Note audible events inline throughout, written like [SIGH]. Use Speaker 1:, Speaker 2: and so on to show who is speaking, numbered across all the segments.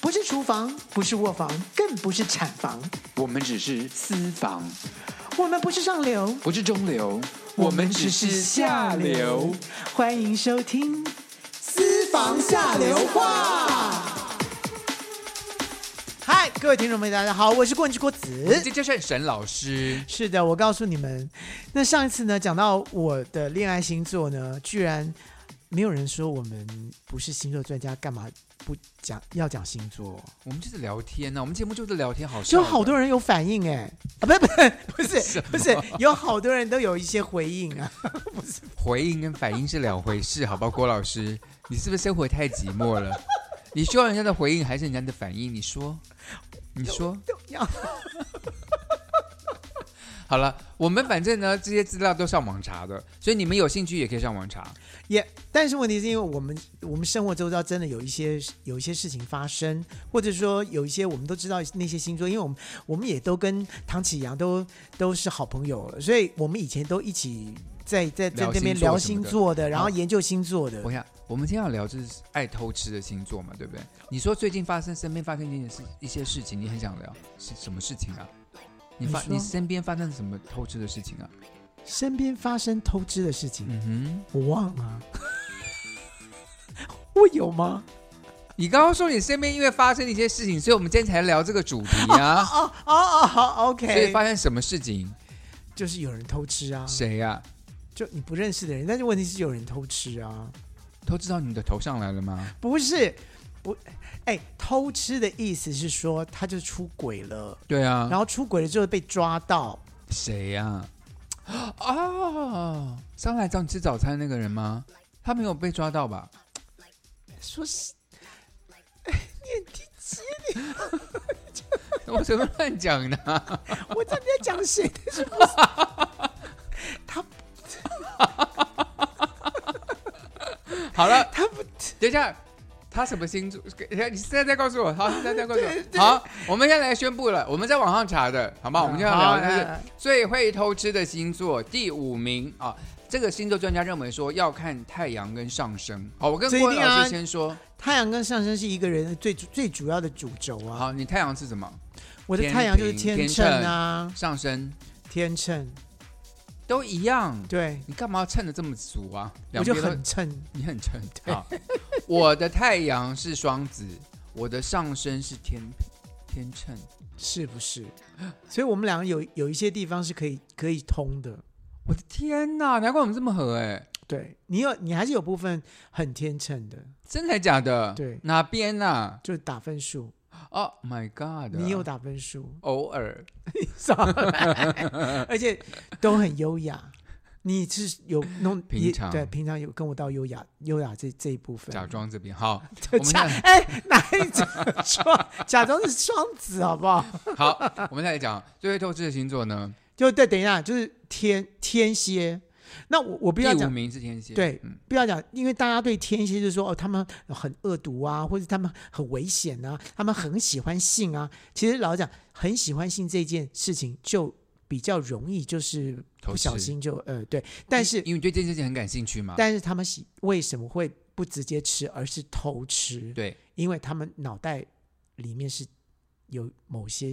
Speaker 1: 不是厨房，不是卧房，更不是产房，
Speaker 2: 我们只是私房，
Speaker 1: 我们不是上流，
Speaker 2: 不是中流，
Speaker 1: 我们只是下流。欢迎收听《私房下流话》。嗨，各位听众朋友，大家好，我是棍子郭子。
Speaker 2: 这就是沈老师，
Speaker 1: 是的，我告诉你们，那上一次呢，讲到我的恋爱星座呢，居然没有人说我们不是星座专家，干嘛不讲要讲星座？
Speaker 2: 我们就是聊天啊呐、我们节目就是聊天，好笑
Speaker 1: 就
Speaker 2: 的，
Speaker 1: 好多人有反应哎，啊，不是不是不是
Speaker 2: 什么
Speaker 1: 不是，有好多人都有一些回应啊。
Speaker 2: 回应跟反应是两回事，好不好？郭老师，你是不是生活太寂
Speaker 1: [LAUGHS]
Speaker 2: 寞了？你需要人家的回应还是人家的反应？你说，你
Speaker 1: [LAUGHS]
Speaker 2: 说，
Speaker 1: 要
Speaker 2: 好了，我们反正呢这些资料都上网查的，所以你们有兴趣也可以上网查。
Speaker 1: 也，但是问题是因为我们我们生活周遭真的有一些有一些事情发生，或者说有一些我们都知道那些星座，因为我们我们也都跟唐启阳都都是好朋友了，所以我们以前都一起在在在
Speaker 2: 聊
Speaker 1: 那边
Speaker 2: 星
Speaker 1: 聊
Speaker 2: 座什么
Speaker 1: 星
Speaker 2: 的
Speaker 1: 座的，然后
Speaker 2: 好
Speaker 1: 研究星座的
Speaker 2: 我。想，我们今天要聊就是爱偷吃的星座嘛，对不对？你说最近发生身边发生一件事一些事情，你很想聊是什么事情啊？你发
Speaker 1: 你说
Speaker 2: 你身边发生什么偷吃的事情啊？
Speaker 1: 身边发生偷吃的事情，
Speaker 2: 嗯
Speaker 1: 我忘了， [LAUGHS] 我有吗？
Speaker 2: 哼，你刚刚说你身边因为发生了一些事情，所以我们今天才聊这个主题
Speaker 1: [LAUGHS]
Speaker 2: 啊。
Speaker 1: 哦哦哦，好
Speaker 2: 所以
Speaker 1: ，OK，
Speaker 2: 发生什么事情？
Speaker 1: 就是有人偷吃啊，
Speaker 2: 谁呀、
Speaker 1: 就你不认识的人，但是问题是有人偷吃啊。
Speaker 2: 偷吃到你的头上来了吗？
Speaker 1: 不是，不，哎，偷吃的意思是说他就出轨了，
Speaker 2: 对啊
Speaker 1: 然，后出轨了之后被抓到，
Speaker 2: 谁呀、哦，上来找你吃早餐那个人吗？他没有被抓到吧？ [LAUGHS]
Speaker 1: 说是
Speaker 2: 我怎么乱讲呢？
Speaker 1: 我到底在讲谁？但是不是他
Speaker 2: 好了，
Speaker 1: 他
Speaker 2: [LAUGHS]
Speaker 1: 不
Speaker 2: 等一下，他什么星座？等一下你现在再告诉我，好，现在再告诉
Speaker 1: 对
Speaker 2: 我。
Speaker 1: 对
Speaker 2: 好，我们现在来宣布了，我们在网上查的，好吗？我们就要聊
Speaker 1: 好哎
Speaker 2: 就是
Speaker 1: 来
Speaker 2: 最会偷吃的星座第五名啊。这个星座专家认为说要看太阳跟上升。好，我跟
Speaker 1: 所以
Speaker 2: 郭
Speaker 1: 一定啊要
Speaker 2: 老师先说。
Speaker 1: 太阳跟上升是一个人的最主最主要的主轴啊。
Speaker 2: 好，你太阳是什么？
Speaker 1: 我的
Speaker 2: 天
Speaker 1: 太阳就是
Speaker 2: 平
Speaker 1: 天
Speaker 2: 天
Speaker 1: 秤啊，
Speaker 2: 上升
Speaker 1: 天秤，
Speaker 2: 都一样。
Speaker 1: 对，
Speaker 2: 你干嘛要蹭的这么足啊？
Speaker 1: 我
Speaker 2: 两
Speaker 1: 就
Speaker 2: 边都
Speaker 1: 很称
Speaker 2: 你很沉。好， [LAUGHS] 我的太阳是双子，我的上升是天天秤。
Speaker 1: 是不是？所以我们两个有有一些地方是可以可以通的。
Speaker 2: 我的天哪，难怪我们这么合哎、
Speaker 1: 对你有，你还是有部分很天秤的，
Speaker 2: 真的假的？
Speaker 1: 对
Speaker 2: 哪边呐、
Speaker 1: 就是打分数，
Speaker 2: 哦 Oh my God！
Speaker 1: 你有打分
Speaker 2: [LAUGHS]
Speaker 1: 数，
Speaker 2: 偶尔
Speaker 1: 少来而且都很优雅。你是有弄
Speaker 2: 平
Speaker 1: 也
Speaker 2: 常
Speaker 1: 对平常有跟我到优雅优雅这这一部分，
Speaker 2: 假装这边好我
Speaker 1: 对
Speaker 2: 们
Speaker 1: 假
Speaker 2: 再
Speaker 1: 哎、 [LAUGHS] 哪一种装假装是双子好不好？
Speaker 2: [LAUGHS] 好，我们再来讲最会透支的星座呢。
Speaker 1: 就对，等一下就是天天蝎，那我我必须
Speaker 2: 第
Speaker 1: 要
Speaker 2: 五
Speaker 1: 讲
Speaker 2: 名是天蝎，
Speaker 1: 对
Speaker 2: 嗯，
Speaker 1: 不要讲，因为大家对天蝎就说哦，他们很恶毒啊，或者他们很危险啊，他们很喜欢性啊。其实老实讲，很喜欢性这件事情就比较容易，就是
Speaker 2: 偷
Speaker 1: 不
Speaker 2: 吃
Speaker 1: 小心就呃对。但是
Speaker 2: 因为你对这件事情很感兴趣嘛，
Speaker 1: 但是他们喜为什么会不直接吃，而是偷吃？
Speaker 2: 对，
Speaker 1: 因为他们脑袋里面是有某些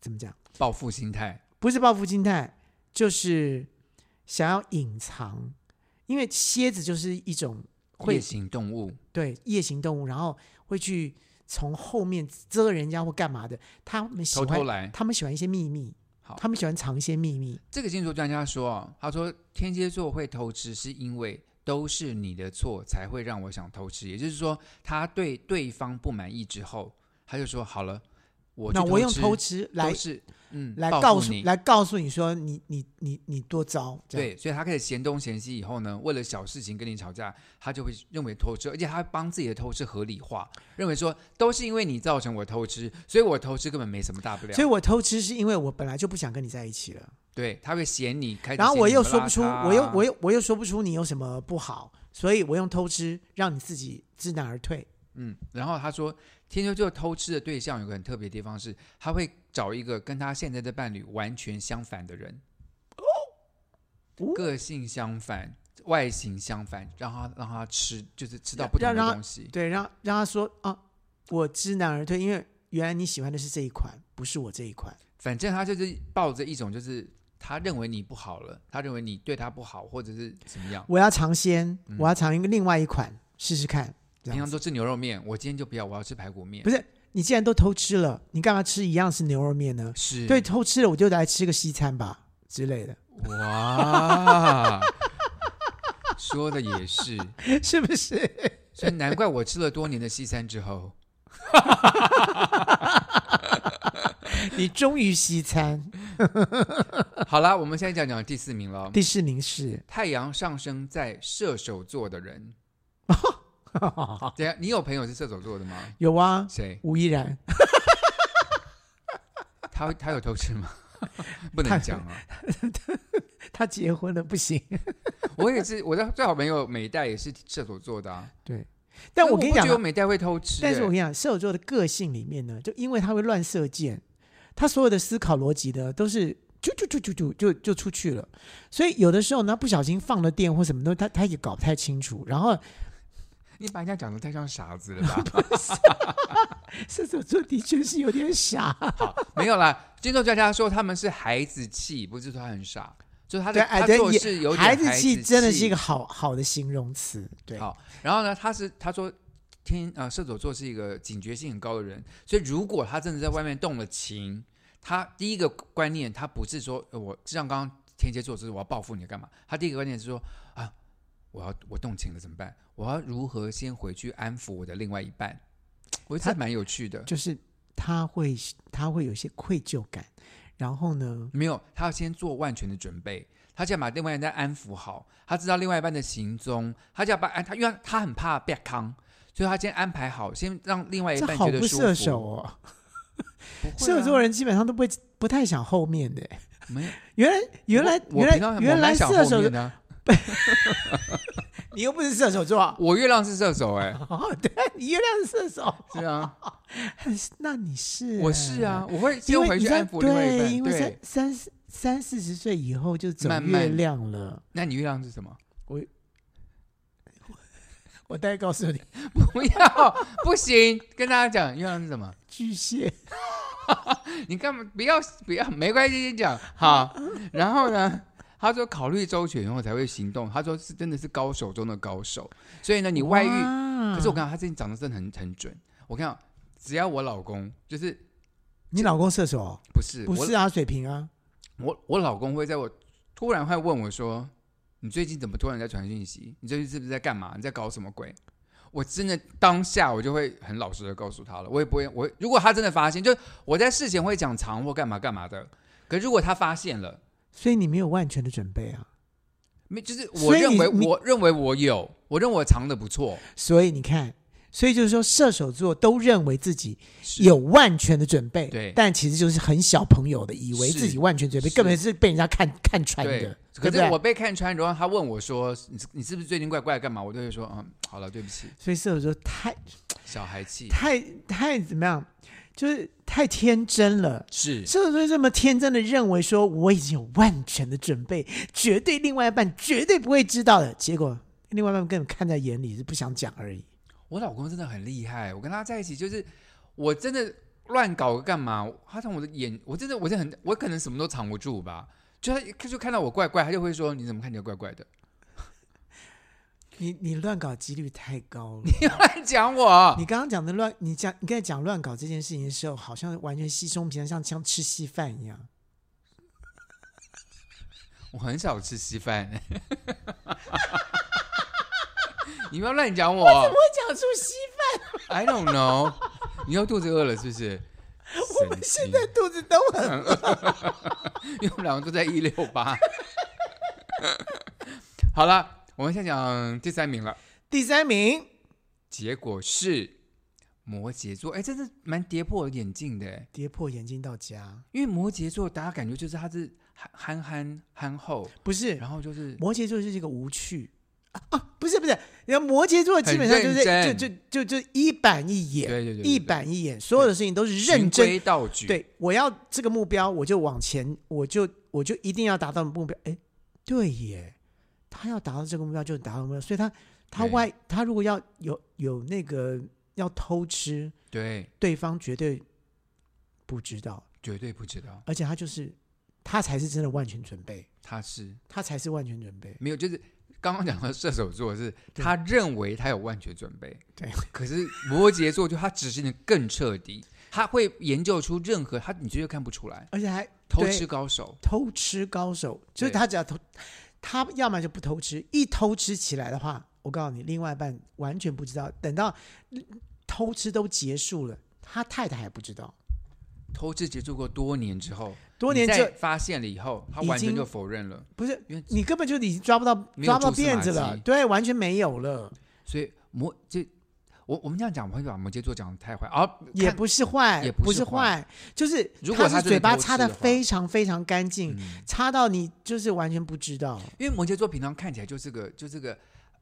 Speaker 1: 怎么讲，
Speaker 2: 报复心态，
Speaker 1: 不是报复心态，就是想要隐藏。因为蝎子就是一种会
Speaker 2: 夜行动物，
Speaker 1: 对夜行动物，然后会去从后面遮人家或干嘛的。他们喜
Speaker 2: 偷
Speaker 1: 欢，
Speaker 2: 偷来。
Speaker 1: 他们喜欢一些秘密
Speaker 2: 好，
Speaker 1: 他们喜欢藏一些秘密。
Speaker 2: 这个星座专家说啊，他说天蝎座会偷吃是因为都是你的错才会让我想偷吃，也就是说，他对对方不满意之后，他就说好了，我去
Speaker 1: 那我用偷
Speaker 2: 吃
Speaker 1: 吃
Speaker 2: 都
Speaker 1: 来
Speaker 2: 是嗯
Speaker 1: 来
Speaker 2: 报复
Speaker 1: 告诉
Speaker 2: 你。
Speaker 1: 来告诉你说你你你你多糟，这样
Speaker 2: 对，所以他开始嫌东嫌西以后呢，为了小事情跟你吵架，他就会认为偷吃，而且他帮自己的偷吃合理化，认为说都是因为你造成我偷吃，所以我偷吃根本没什么大不了
Speaker 1: 所。以我偷吃是因为我本来就不想跟你在一起了，
Speaker 2: 对，他会嫌你开始嫌你很邋遢啊，啊
Speaker 1: 然后我又说不出，我又我又我又说不出你有什么不好，所以我用偷吃让你自己知难而退。
Speaker 2: 嗯，然后他说，天蝎座偷吃的对象有个很特别的地方是，他会找一个跟他现在的伴侣完全相反的人，
Speaker 1: 哦
Speaker 2: 个性相反，外形相反，让他让他吃，就是吃到不
Speaker 1: 让
Speaker 2: 同的
Speaker 1: 让
Speaker 2: 东西。
Speaker 1: 对，让让他说啊，我知难而退，因为原来你喜欢的是这一款，不是我这一款。
Speaker 2: 反正他就是抱着一种就是他认为你不好了，他认为你对他不好，或者是怎么样。
Speaker 1: 我要尝鲜，
Speaker 2: 嗯
Speaker 1: 我要尝一个另外一款试试看。这
Speaker 2: 平
Speaker 1: 样
Speaker 2: 常
Speaker 1: 子
Speaker 2: 都吃牛肉面，我今天就不要，我要吃排骨面
Speaker 1: 不。是你既然都偷吃了，你干嘛吃一样是牛肉面呢？
Speaker 2: 是，
Speaker 1: 对，，偷吃了我就来吃个西餐吧之类的， [LAUGHS]
Speaker 2: 哇，说的也是，
Speaker 1: 是不是？
Speaker 2: 所以难怪我吃了多年的西餐
Speaker 1: [LAUGHS]
Speaker 2: 之后，
Speaker 1: 你终于西
Speaker 2: [LAUGHS]
Speaker 1: 餐。
Speaker 2: 好啦，我们现在讲讲第四名了。
Speaker 1: 第四名是，
Speaker 2: 太阳上升在射手座的
Speaker 1: [LAUGHS]
Speaker 2: 人，等一下你有朋友是射手座的吗？
Speaker 1: 有啊， [LAUGHS]
Speaker 2: 谁？
Speaker 1: 吴依然，
Speaker 2: 他他有偷吃
Speaker 1: [LAUGHS]
Speaker 2: 吗？不能讲啊！
Speaker 1: 他结婚了不
Speaker 2: [LAUGHS]
Speaker 1: 行。
Speaker 2: 我也是，我的最好朋友美代也是射手座的啊。
Speaker 1: 对，但我跟你
Speaker 2: 不
Speaker 1: 讲啊
Speaker 2: 觉，得美代会偷吃欸、
Speaker 1: 但是我跟你讲，射手座的个性里面呢，就因为他会乱射箭，他所有的思考逻辑呢都是就就就就就就就出去了，所以有的时候呢不小心放了电或什么东西，他他也搞不太清楚。然后 [LAUGHS]
Speaker 2: 你把人家讲的太像傻子了吧？
Speaker 1: 射手座的确是有点傻，
Speaker 2: 没有啦，金钟专家说他们是孩子气，不是说他很傻，就是他
Speaker 1: 对
Speaker 2: 的
Speaker 1: 哎
Speaker 2: 他
Speaker 1: 对
Speaker 2: 做
Speaker 1: 也
Speaker 2: 事有点
Speaker 1: 孩
Speaker 2: 子
Speaker 1: 气真的是一个好好的形容词。对，
Speaker 2: 好。然后呢，他是他说天呃射手座是一个警觉性很高的人，所以如果他真的在外面动了情，他第一个观念他不是说呃我就像刚刚天蝎座就是我要报复你干嘛，他第一个观念是说啊我要我动情了怎么办？我要如何先回去安抚我的另外一半？我觉得
Speaker 1: 他
Speaker 2: 这蛮有趣的。
Speaker 1: 就是他会他会有一些愧疚感，然后呢，
Speaker 2: 没有，他要先做万全的准备，他就要把另外一半安抚好，他知道另外一半的行踪，他就要把哎他，因为他很怕被康，所以他先安排好，先让另外一
Speaker 1: 这
Speaker 2: 半
Speaker 1: 好
Speaker 2: 哎觉得
Speaker 1: 不
Speaker 2: 舒服。啊
Speaker 1: 射手哦。
Speaker 2: 不会啊
Speaker 1: 射手座人基本上都不会不太想后面的。
Speaker 2: 没有，
Speaker 1: 原来原来
Speaker 2: 我
Speaker 1: 原来
Speaker 2: 平常
Speaker 1: 原来射手座，
Speaker 2: 呢，
Speaker 1: 你又不是射手座，
Speaker 2: 我月亮是射手
Speaker 1: [LAUGHS]
Speaker 2: 哎、
Speaker 1: 哦，对，你月亮是射手， [LAUGHS]
Speaker 2: 是啊，
Speaker 1: 那你是
Speaker 2: 我是啊，，我会
Speaker 1: 因
Speaker 2: 先
Speaker 1: 为
Speaker 2: 回
Speaker 1: 你
Speaker 2: 去
Speaker 1: 在
Speaker 2: 安抚另外一
Speaker 1: 对，因
Speaker 2: 半。
Speaker 1: 为三
Speaker 2: 对，
Speaker 1: 三四三四十岁以后就走
Speaker 2: 慢慢
Speaker 1: 月亮了。
Speaker 2: 那你月亮是什么？ [LAUGHS]
Speaker 1: 我大概告诉你，
Speaker 2: 不要，不行，跟大家讲月亮是什么？
Speaker 1: 巨蟹
Speaker 2: 你干嘛？不要不要，没关系，先讲好。然后呢，他说考虑周全以后才会行动。他说是真的是高手中的高手，所以呢，你外遇，
Speaker 1: 遇
Speaker 2: 可是我跟你讲他最近长得真的很很准。我跟你讲，只要我老公就是
Speaker 1: 你老公射手哦
Speaker 2: 不是
Speaker 1: 不是啊，水瓶啊，
Speaker 2: 我我我老公会在我突然会问我说，你最近怎么突然在传讯息？你最近是不是在干嘛？你在搞什么鬼？我真的当下我就会很老实的告诉他了，我也不会，我如果他真的发现，就我在事前会讲藏或干嘛干嘛的，可如果他发现了。
Speaker 1: 所以你没有万全的准备啊。
Speaker 2: 没，就是我
Speaker 1: 所以
Speaker 2: 认为
Speaker 1: 你你
Speaker 2: 我认为我有，我认为我藏的不错，
Speaker 1: 所以你看，所以就是说，射手座都认为自己
Speaker 2: 是
Speaker 1: 有万全的准备，
Speaker 2: 对
Speaker 1: 但其实就是很小朋友的，以为
Speaker 2: 是
Speaker 1: 自己万全准备，
Speaker 2: 是
Speaker 1: 根本是被人家看看穿的，
Speaker 2: 对
Speaker 1: 对。不
Speaker 2: 可是
Speaker 1: 对？
Speaker 2: 我被看穿，然后他问我说：“你你是不是最近怪怪干嘛？”我都会说：“嗯，好了，对不起，
Speaker 1: 所以射手座太
Speaker 2: 小孩气。
Speaker 1: 太太怎么样，就是太天真了。”
Speaker 2: 是
Speaker 1: 射手座这么天真的认为说我已经有万全的准备，绝对另外一半绝对不会知道的。结果另外一半根本看在眼里，是不想讲而已。
Speaker 2: 我老公真的很厉害，我跟他在一起就是我真的乱搞个干嘛？他从我的眼，我真的我真的很，我可能什么都藏不住吧。就他他就看到我怪怪，他就会说：“你怎么看起来怪怪的？ [LAUGHS]
Speaker 1: 你你乱搞几率太高了。
Speaker 2: 你乱讲
Speaker 1: [LAUGHS]
Speaker 2: 我
Speaker 1: 你刚刚讲的乱，你讲你刚才讲乱搞这件事情的时候，好像完全稀松平常，像像吃稀饭一样。！”
Speaker 2: 我很少吃稀饭， [LAUGHS] 你不要乱讲我。
Speaker 1: 我讲出稀
Speaker 2: I don't know，你 [LAUGHS] 又肚子饿了是不是？我们现
Speaker 1: 饭，肚子都
Speaker 2: 嗯
Speaker 1: 很
Speaker 2: 因为我们两个都在一六八。 [LAUGHS] 好了，我们先讲第三名了，
Speaker 1: 第三名，
Speaker 2: 结果是摩羯座，哎，真是蛮跌破我眼镜的诶，
Speaker 1: 跌破眼镜到家，
Speaker 2: 因为摩羯座大家感觉就是他是憨憨憨憨厚，
Speaker 1: 不是
Speaker 2: 然后就是
Speaker 1: 摩羯座就是一个无趣啊啊，不是不是，人家摩羯座基本上就是
Speaker 2: 很
Speaker 1: 就
Speaker 2: 认
Speaker 1: 就
Speaker 2: 真
Speaker 1: 就就一板一眼，
Speaker 2: 对对对对
Speaker 1: 一板一眼，所有的事情都是认
Speaker 2: 循
Speaker 1: 真。
Speaker 2: 规蹈矩，，
Speaker 1: 对，我要这个目标，我就往前，我就我就一定要达到的目标。哎，对耶，他要达到这个目标就达到目标，所以他他
Speaker 2: 对
Speaker 1: 外他如果要有有那个要偷吃，
Speaker 2: 对，
Speaker 1: 对方绝对不知道，
Speaker 2: 绝对不知道
Speaker 1: 而且他就是他才是真的万全准备，
Speaker 2: 他是
Speaker 1: 他才是万全准备。
Speaker 2: 没有，就是刚刚讲到射手座是
Speaker 1: 对
Speaker 2: 他认为他有万全准备，
Speaker 1: 对。
Speaker 2: 可是摩羯座就他执行的更彻底，他会研究出任何他你绝对看不出来
Speaker 1: 而且还
Speaker 2: 偷
Speaker 1: 对
Speaker 2: 吃高手，
Speaker 1: 偷吃高手，就是
Speaker 2: 对
Speaker 1: 他只要偷，他要么就不偷吃，一偷吃起来的话，我告诉你，另外一半完全不知道。等到嗯偷吃都结束了，他太太还不知道。
Speaker 2: 偷吃接触过多年之后，
Speaker 1: 多年
Speaker 2: 你再
Speaker 1: 这
Speaker 2: 发现了以后，他
Speaker 1: 已
Speaker 2: 完全
Speaker 1: 经
Speaker 2: 就否认了，
Speaker 1: 不是
Speaker 2: 因为
Speaker 1: 你根本就已经抓不到
Speaker 2: 没有
Speaker 1: 抓不到
Speaker 2: 蛛丝马
Speaker 1: 辫子了，
Speaker 2: 迹
Speaker 1: 对，完全没有了，
Speaker 2: 所以摩这我我们这样讲，我会把摩羯座讲的太坏啊，
Speaker 1: 也
Speaker 2: 看
Speaker 1: 不是坏，
Speaker 2: 也不
Speaker 1: 不
Speaker 2: 是
Speaker 1: 是坏，就是
Speaker 2: 如果
Speaker 1: 是
Speaker 2: 他真的
Speaker 1: 嘴巴
Speaker 2: 偷吃
Speaker 1: 擦得
Speaker 2: 的话
Speaker 1: 非常非常干净，
Speaker 2: 嗯
Speaker 1: 擦到你就是完全不知道。
Speaker 2: 因为摩羯座平常看起来就是个就是个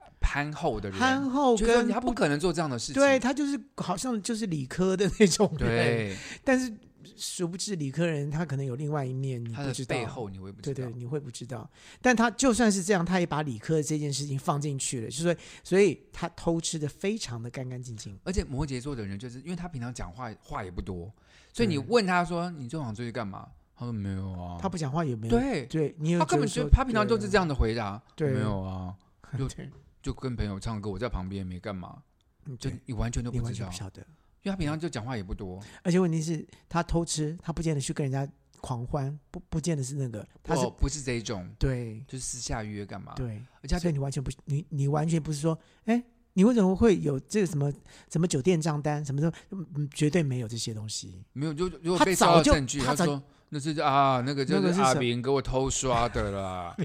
Speaker 2: 呃憨厚的人，
Speaker 1: 憨厚
Speaker 2: 就是
Speaker 1: 跟
Speaker 2: 他不可能做这样的事情，
Speaker 1: 对他就是好像就是理科的那种人，
Speaker 2: 对，
Speaker 1: 但是殊不知理科人他可能有另外一面，你
Speaker 2: 他
Speaker 1: 不
Speaker 2: 的
Speaker 1: 知道。
Speaker 2: 背后你会不知
Speaker 1: 对
Speaker 2: 道
Speaker 1: 对，，你会不知道。但他就算是这样，他也把理科这件事情放进去了，就是说所以他偷吃的非常的干干净净。
Speaker 2: 而且摩羯座的人就是因为他平常讲话话也不多，所以你
Speaker 1: 对
Speaker 2: 问他说你这晚上出去干嘛，他说没有啊，
Speaker 1: 他不讲话也没有，
Speaker 2: 对，
Speaker 1: 对你有
Speaker 2: 他根本
Speaker 1: 觉
Speaker 2: 就
Speaker 1: 得
Speaker 2: 他平常都是这
Speaker 1: [LAUGHS] 样，
Speaker 2: 样的回答，
Speaker 1: 对
Speaker 2: 没有啊，就
Speaker 1: 对，
Speaker 2: 就跟朋友唱歌，我在旁边没干嘛，
Speaker 1: 嗯
Speaker 2: 就
Speaker 1: 对
Speaker 2: 你完全都
Speaker 1: 你
Speaker 2: 不
Speaker 1: 完
Speaker 2: 知
Speaker 1: 全
Speaker 2: 道
Speaker 1: 不，晓得。
Speaker 2: 因为他平常就讲话也不多，
Speaker 1: 而且问题是，他偷吃，他不见得去跟人家狂欢，不不见得是那个，他是、
Speaker 2: 哦不是这一种，
Speaker 1: 对
Speaker 2: 就是私下约干嘛，
Speaker 1: 对，
Speaker 2: 而且他
Speaker 1: 所以你完全不，你你完全不是说，哎，你为什么会有这个什么什么酒店账单什么什么，嗯嗯绝对没有这些东西。
Speaker 2: 没有，就如果
Speaker 1: 他
Speaker 2: 被
Speaker 1: 早
Speaker 2: 抓到
Speaker 1: 就
Speaker 2: 证据，
Speaker 1: 他
Speaker 2: 他
Speaker 1: 早
Speaker 2: 说那是啊，那个就
Speaker 1: 那个是
Speaker 2: 阿
Speaker 1: 什
Speaker 2: 炳给我偷刷
Speaker 1: [LAUGHS]
Speaker 2: 的啦。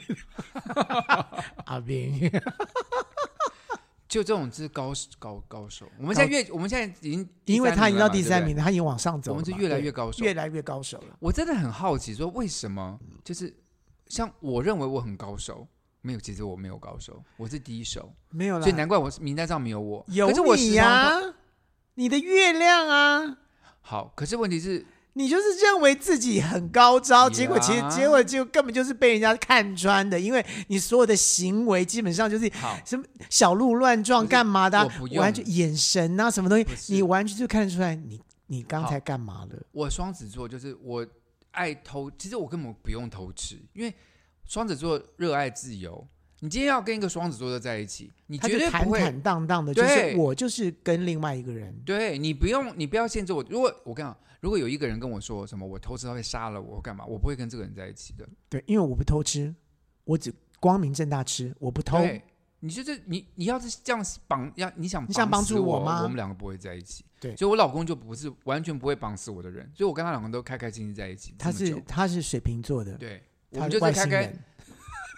Speaker 1: 阿斌，
Speaker 2: 就这种是高高高手，我们现在越我们现在已经第
Speaker 1: [LAUGHS] 因为
Speaker 2: 三
Speaker 1: 他已
Speaker 2: 名
Speaker 1: 经到
Speaker 2: 了嘛
Speaker 1: 第
Speaker 2: 对不
Speaker 1: 三
Speaker 2: 对
Speaker 1: 名了，他已经往上走
Speaker 2: 我
Speaker 1: 了嘛，
Speaker 2: 们是越来
Speaker 1: 对
Speaker 2: 越高手。
Speaker 1: 越来越高手了。
Speaker 2: 我真的很好奇，说为什么就是像我认为我很高手，没有，其实我没有高手，我是第一手，
Speaker 1: 没有
Speaker 2: 所以
Speaker 1: 啦，
Speaker 2: 难怪我是名单上没有我。
Speaker 1: 有
Speaker 2: 可是我
Speaker 1: 你啊
Speaker 2: 时常
Speaker 1: 呀、你的月亮啊，
Speaker 2: 都好，可是问题是，
Speaker 1: 你就是认为自己很高招，
Speaker 2: 呀
Speaker 1: 结果其实结果就根本就是被人家看穿的，因为你所有的行为基本上就是
Speaker 2: 好
Speaker 1: 什么小鹿乱撞
Speaker 2: 不是
Speaker 1: 干嘛的啊、
Speaker 2: 我不用
Speaker 1: 完全眼神啊什么东
Speaker 2: 不
Speaker 1: 西，
Speaker 2: 是
Speaker 1: 你完全就看得出来你你刚
Speaker 2: 好
Speaker 1: 才干嘛了。
Speaker 2: 我双子座就是我爱偷，其实我根本不用偷吃，因为双子座热爱自由。你今天要跟一个双子座的在一起，你
Speaker 1: 他
Speaker 2: 绝
Speaker 1: 就
Speaker 2: 对
Speaker 1: 坦
Speaker 2: 不会，
Speaker 1: 坦荡荡的，就
Speaker 2: 对
Speaker 1: 是我就是跟另外一个人，
Speaker 2: 对你不用，你不要限制我。如果我跟你讲，如果有一个人跟我说什么我偷吃他会杀了我干嘛，我不会跟这个人在一起的。
Speaker 1: 对，因为我不偷吃，我只光明正大吃，我不偷。
Speaker 2: 对，你就是你，你要是这样绑，要你想
Speaker 1: 你想
Speaker 2: 绑
Speaker 1: 帮
Speaker 2: 死
Speaker 1: 助
Speaker 2: 我
Speaker 1: 我吗
Speaker 2: 我们两个不会在一起。
Speaker 1: 对
Speaker 2: 所以我老公就不是完全不会绑死我的人，所以我跟他两个都开开心心在一起。
Speaker 1: 他
Speaker 2: 这么久
Speaker 1: 是他是水瓶座的，
Speaker 2: 对，我
Speaker 1: 他
Speaker 2: 们就是
Speaker 1: 外
Speaker 2: 开嗯
Speaker 1: 星
Speaker 2: 开
Speaker 1: 人，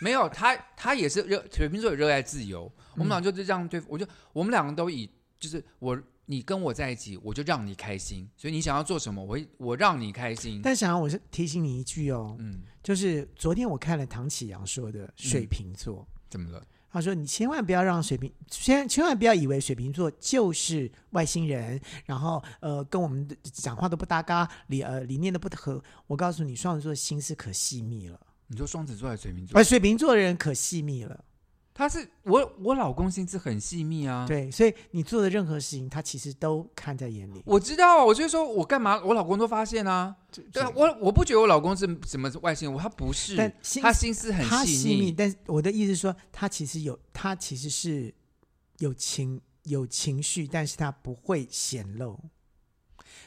Speaker 2: 没有他，他也是热水瓶座，也热爱自由。我们俩就是让对，我就我们两个都以就是我你跟我在一起，我就让你开心，所以你想要做什么，我会我让你开心。
Speaker 1: 但想要我是提醒你一句哦，
Speaker 2: 嗯，
Speaker 1: 就是昨天我看了唐启阳说的水瓶座，
Speaker 2: 怎么了？
Speaker 1: 他啊说你千万不要让水瓶，千千万不要以为水瓶座就是外星人，然后呃跟我们的讲话都不搭嘎，理呃理念都不合。我告诉你，双子座心思可细密了，哎
Speaker 2: 你说双子座还是水瓶座
Speaker 1: 而？水瓶座的人可细密了。
Speaker 2: 哎他是我我老公心思很细密啊。
Speaker 1: 对，所以你做的任何事情，他其实都看在眼里。
Speaker 2: 我知道啊，我就说我干嘛，我老公都发现啊。对啊，我我不觉得我老公是什么外星人，他不是，
Speaker 1: 但心
Speaker 2: 他心思很
Speaker 1: 他
Speaker 2: 细
Speaker 1: 细密，
Speaker 2: 腻。
Speaker 1: 但是我的意思是说，他其实有，他其实是有情有情绪，但是他不会显露，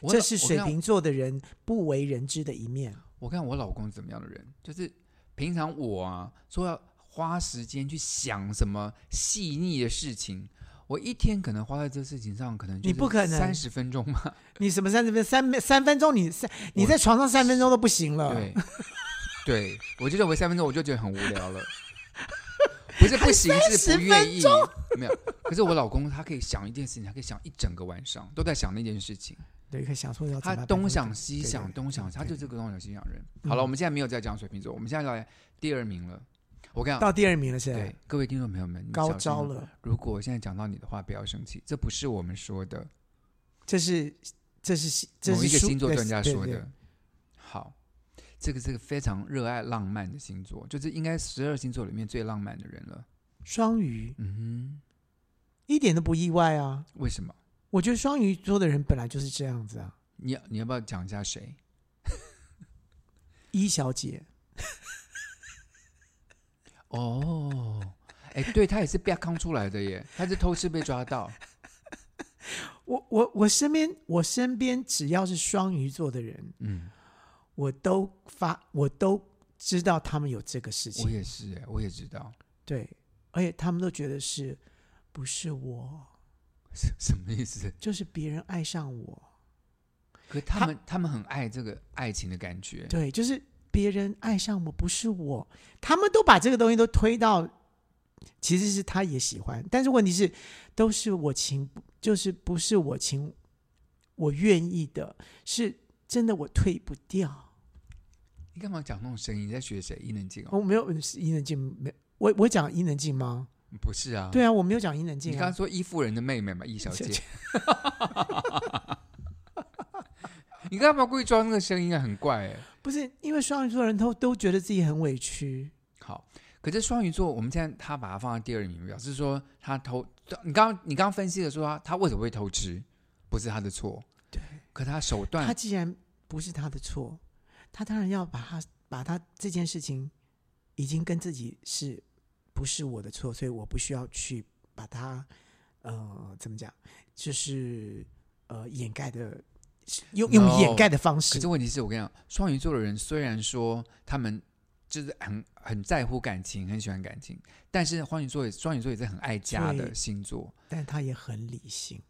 Speaker 2: 我
Speaker 1: 这
Speaker 2: 老
Speaker 1: 是
Speaker 2: 我
Speaker 1: 水
Speaker 2: 看
Speaker 1: 瓶座的人不为人知的一面。
Speaker 2: 我看我老公怎么样的人，就是平常我啊说要花时间去想什么细腻的事情，我一天可能花在这事情上，可能
Speaker 1: 你不可能
Speaker 2: 三十分钟嘛，
Speaker 1: 你什么三十分三三分钟，你三你在床上三分钟都不行了，
Speaker 2: 对，对我就认为三分钟我就觉得很无聊了。不是不行，是不愿意。没有，可是我老公他可以想一件事情，他可以想一整个晚上都在想那件事情。
Speaker 1: 对，可以想说要哦怎
Speaker 2: 他
Speaker 1: 么办
Speaker 2: 东想西
Speaker 1: 对
Speaker 2: 想，
Speaker 1: 对
Speaker 2: 东想西，他
Speaker 1: 对
Speaker 2: 就是个东想西想人。
Speaker 1: 嗯
Speaker 2: 好了，我们现在没有在讲水瓶座，我们现在来第二名了。我跟你讲，
Speaker 1: 到第二名了，现在
Speaker 2: 对各位听众朋友们，你们
Speaker 1: 高
Speaker 2: 小心
Speaker 1: 招
Speaker 2: 哦。
Speaker 1: 了，
Speaker 2: 如果我现在讲到你的话，不要生气，这不是我们说的，
Speaker 1: 这是这是这
Speaker 2: 某
Speaker 1: 是
Speaker 2: 一个
Speaker 1: 书
Speaker 2: 星座专家
Speaker 1: 对
Speaker 2: 说
Speaker 1: 对
Speaker 2: 的。好，这个是个非常热爱浪漫的星座，就是应该十二星座里面最浪漫的人了。
Speaker 1: 双鱼
Speaker 2: 嗯
Speaker 1: 一点都不意外啊，
Speaker 2: 哼，为什么？
Speaker 1: 我觉得双鱼座的人本来就是这样子啊。
Speaker 2: 你要你要不要讲一下谁？
Speaker 1: 一小姐，
Speaker 2: 哦，哎，对他也是被康出来的耶， [LAUGHS] 他是偷吃被
Speaker 1: [LAUGHS]
Speaker 2: 抓到。
Speaker 1: 我我我身边我身边只要是双鱼座的人，
Speaker 2: 嗯，
Speaker 1: 我都发我都知道他们有这个事
Speaker 2: 我
Speaker 1: 情，
Speaker 2: 也是耶，我也知道
Speaker 1: 对，而且他们都觉得是不是我，
Speaker 2: 什什么意思。
Speaker 1: 就是别人爱上我，
Speaker 2: 可他们他们很爱这个爱情的感觉，
Speaker 1: 对，就是别人爱上我，不是我，他们都把这个东西都推到，其实是他也喜欢，但是问题是，都是我情，就是不是我情，我愿意的，是真的我退不掉。
Speaker 2: 你干嘛讲那种声音？你在学谁？伊能静哦？
Speaker 1: 我没有是伊能静，没我我讲伊能静吗？
Speaker 2: 不是啊，
Speaker 1: 对啊，我没有讲伊能
Speaker 2: 你
Speaker 1: 静
Speaker 2: 刚刚
Speaker 1: 啊。
Speaker 2: 说伊夫人的妹妹嘛，易小姐。你干嘛故意装那个声音啊？很怪哎、
Speaker 1: 不是因为双鱼座的人都都觉得自己很委屈，
Speaker 2: 好，可是双鱼座，我们现在他把它放在第二名，表示说他偷。你刚刚你刚刚分析的说他他为什么会偷吃，不是他的错。
Speaker 1: 对，
Speaker 2: 可他手
Speaker 1: 他
Speaker 2: 段
Speaker 1: 既然不是他的错，他当然要把他把他这件事情已经跟自己是不是我的错，所以我不需要去把它呃怎么讲，就是呃掩盖的用用
Speaker 2: No，
Speaker 1: 掩盖的方
Speaker 2: 可
Speaker 1: 式
Speaker 2: 是问题是我跟你讲，双鱼座的人虽然说他们就是很很在乎感情，很喜欢感情，但是双鱼座也双鱼座也是很爱家的
Speaker 1: 对
Speaker 2: 星座，
Speaker 1: 但他也很理性。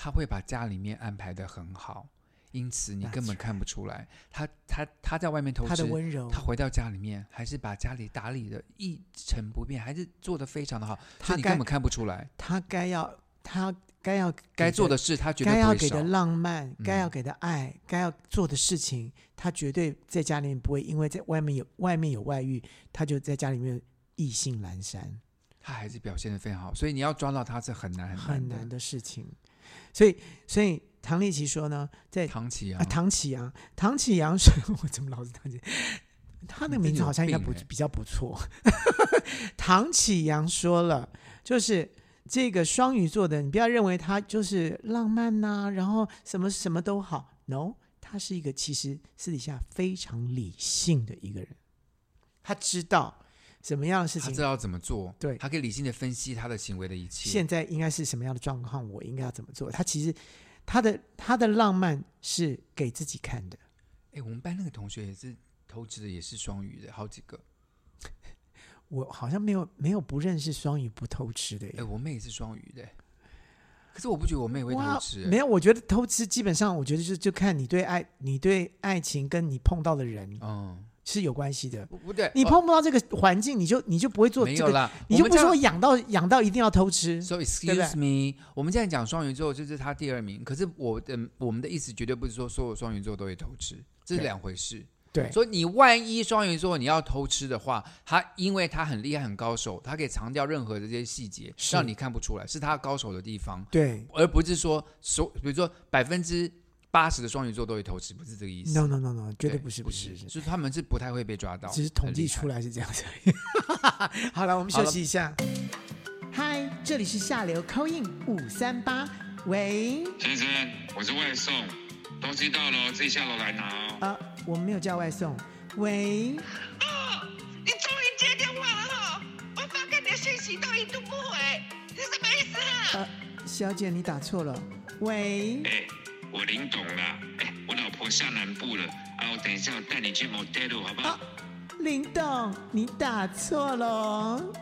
Speaker 2: 他会把家里面安排的很好，因此你
Speaker 1: That's
Speaker 2: 根本
Speaker 1: right
Speaker 2: 看不出来，他他他在外面偷
Speaker 1: 他
Speaker 2: 吃
Speaker 1: 的。温柔，
Speaker 2: 他回到家里面，还是把家里打理的一成不变，还是做的非常的好，所
Speaker 1: 他
Speaker 2: 以你
Speaker 1: 该
Speaker 2: 根本看不出来。
Speaker 1: 他该要他该要给
Speaker 2: 该做
Speaker 1: 的
Speaker 2: 的事，他绝
Speaker 1: 该
Speaker 2: 对不
Speaker 1: 要
Speaker 2: 会
Speaker 1: 给
Speaker 2: 少
Speaker 1: 的。浪漫，
Speaker 2: 嗯
Speaker 1: 该要给的爱，该要做的事情，他绝对在家里面不会因为在外面有外面有外遇，他就在家里面意兴阑珊，
Speaker 2: 他还是表现的非常好，所以你要抓到他是很难
Speaker 1: 很
Speaker 2: 难
Speaker 1: 难
Speaker 2: 的。
Speaker 1: 的事情。所以，所以唐立奇说呢，在
Speaker 2: 唐琪啊
Speaker 1: 啊，唐启阳，唐启阳是 [LAUGHS] 我怎么老是唐启？他那个
Speaker 2: 你
Speaker 1: 名
Speaker 2: 真
Speaker 1: 字
Speaker 2: 有
Speaker 1: 好像应该
Speaker 2: 病
Speaker 1: 不
Speaker 2: 欸
Speaker 1: 比较不错。 [LAUGHS] 唐启阳说了，就是这个双鱼座的，你不要认为他就是浪漫呐、然后什么什么都好，no，他是一个其实私底下非常理性的一个人，他知道什么样的事
Speaker 2: 他
Speaker 1: 情
Speaker 2: 知道怎么做，
Speaker 1: 对
Speaker 2: 他可以理性的分析他的行为的一切
Speaker 1: 现。在应该是什么样的状况，我应该要怎么做。他其实他的他的浪漫是给自己看的。
Speaker 2: 哎，我们班那个同学也是偷吃的，也是双语的，好几个。
Speaker 1: 我好像没有没有不认识双鱼不偷吃的
Speaker 2: 哎，
Speaker 1: 耶。
Speaker 2: 我妹也是双语的，可是我不觉得我妹会
Speaker 1: 哇
Speaker 2: 偷吃。
Speaker 1: 没有，我觉得偷吃基本上，我觉得就就看你对爱，你对爱情跟你碰到的人
Speaker 2: 嗯，
Speaker 1: 是有关系的。
Speaker 2: 不不对，
Speaker 1: 你
Speaker 2: 哦
Speaker 1: 碰不到这个环境，你就你就不会做
Speaker 2: 没
Speaker 1: 这
Speaker 2: 有
Speaker 1: 个，
Speaker 2: 啦？
Speaker 1: 你
Speaker 2: 我
Speaker 1: 就
Speaker 2: 们
Speaker 1: 不
Speaker 2: 这样
Speaker 1: 说养到养到一定要偷吃。
Speaker 2: So
Speaker 1: 对不
Speaker 2: excuse me，我们现在讲双鱼座就是他第二名，可是我的我们的意思绝对不是说所有双鱼座都会偷吃，这是
Speaker 1: 对
Speaker 2: 两回事。
Speaker 1: 对
Speaker 2: 所以你万一双鱼座你要偷吃的话，他因为他很厉害很高手，他可以藏掉任何的这些细节，
Speaker 1: 是
Speaker 2: 让你看不出来是他高手的地方，
Speaker 1: 对
Speaker 2: 而不是说所比如说百分之八十的双鱼座都会偷吃，不是这个意思。
Speaker 1: ，no no no no，绝对不是
Speaker 2: 不
Speaker 1: 不是，不是
Speaker 2: 就是他们是不太会被抓到，
Speaker 1: 只是统计出
Speaker 2: 来。
Speaker 1: 来是这样子而已。 [LAUGHS] 好了，我们休息一下。嗨，这里是下流 c in 五三八，喂，
Speaker 3: 先生，我是外送，东西到了哦自己下楼来拿哦。
Speaker 1: 啊，我们没有叫外送，喂。
Speaker 4: 哦，你终于接电话了哈、我发给你的信息都一度不回，你什么意思啊？
Speaker 1: 呃，小姐，你打错了。喂，
Speaker 3: 哎、我领懂了，哎、我老婆下南部了，啊，我等一下我带你去 motel 好不好？
Speaker 1: 啊林董，你打错了哦。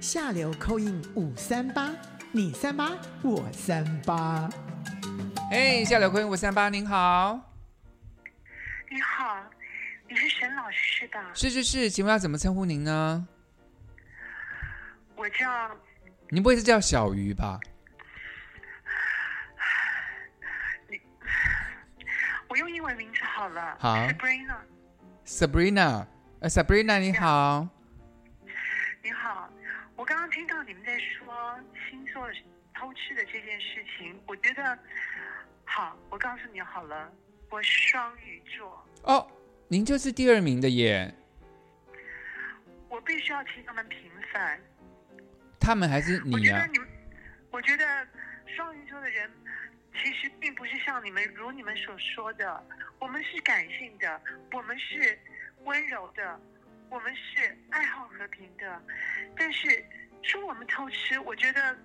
Speaker 1: 下流扣印五三八，你三八，我三八。
Speaker 2: 哎，下流坤五三八，您好，
Speaker 5: 你好，你是沈老师是吧？
Speaker 2: 是是是，请问要怎么称呼您呢？
Speaker 5: 我叫
Speaker 2: 您不会是叫小鱼吧？
Speaker 5: 我用英文名字好了。
Speaker 2: 好
Speaker 5: Sabrina，
Speaker 2: Sabrina，呃，Sabrina 你好，
Speaker 5: 你好，我刚刚听到你们在说星座偷吃的这件事情，我觉得好，我告诉你好了，我是双鱼座，
Speaker 2: 哦，您就是第二名的耶。
Speaker 5: 我必须要替他们平反。
Speaker 2: 他们还是你啊
Speaker 5: 我觉
Speaker 2: 呀、
Speaker 5: 得你们，我觉得双鱼座的人其实并不是像你们如你们所说的，我们是感性的，我们是温柔的，我们是爱好和平的。但是说我们偷吃，我觉得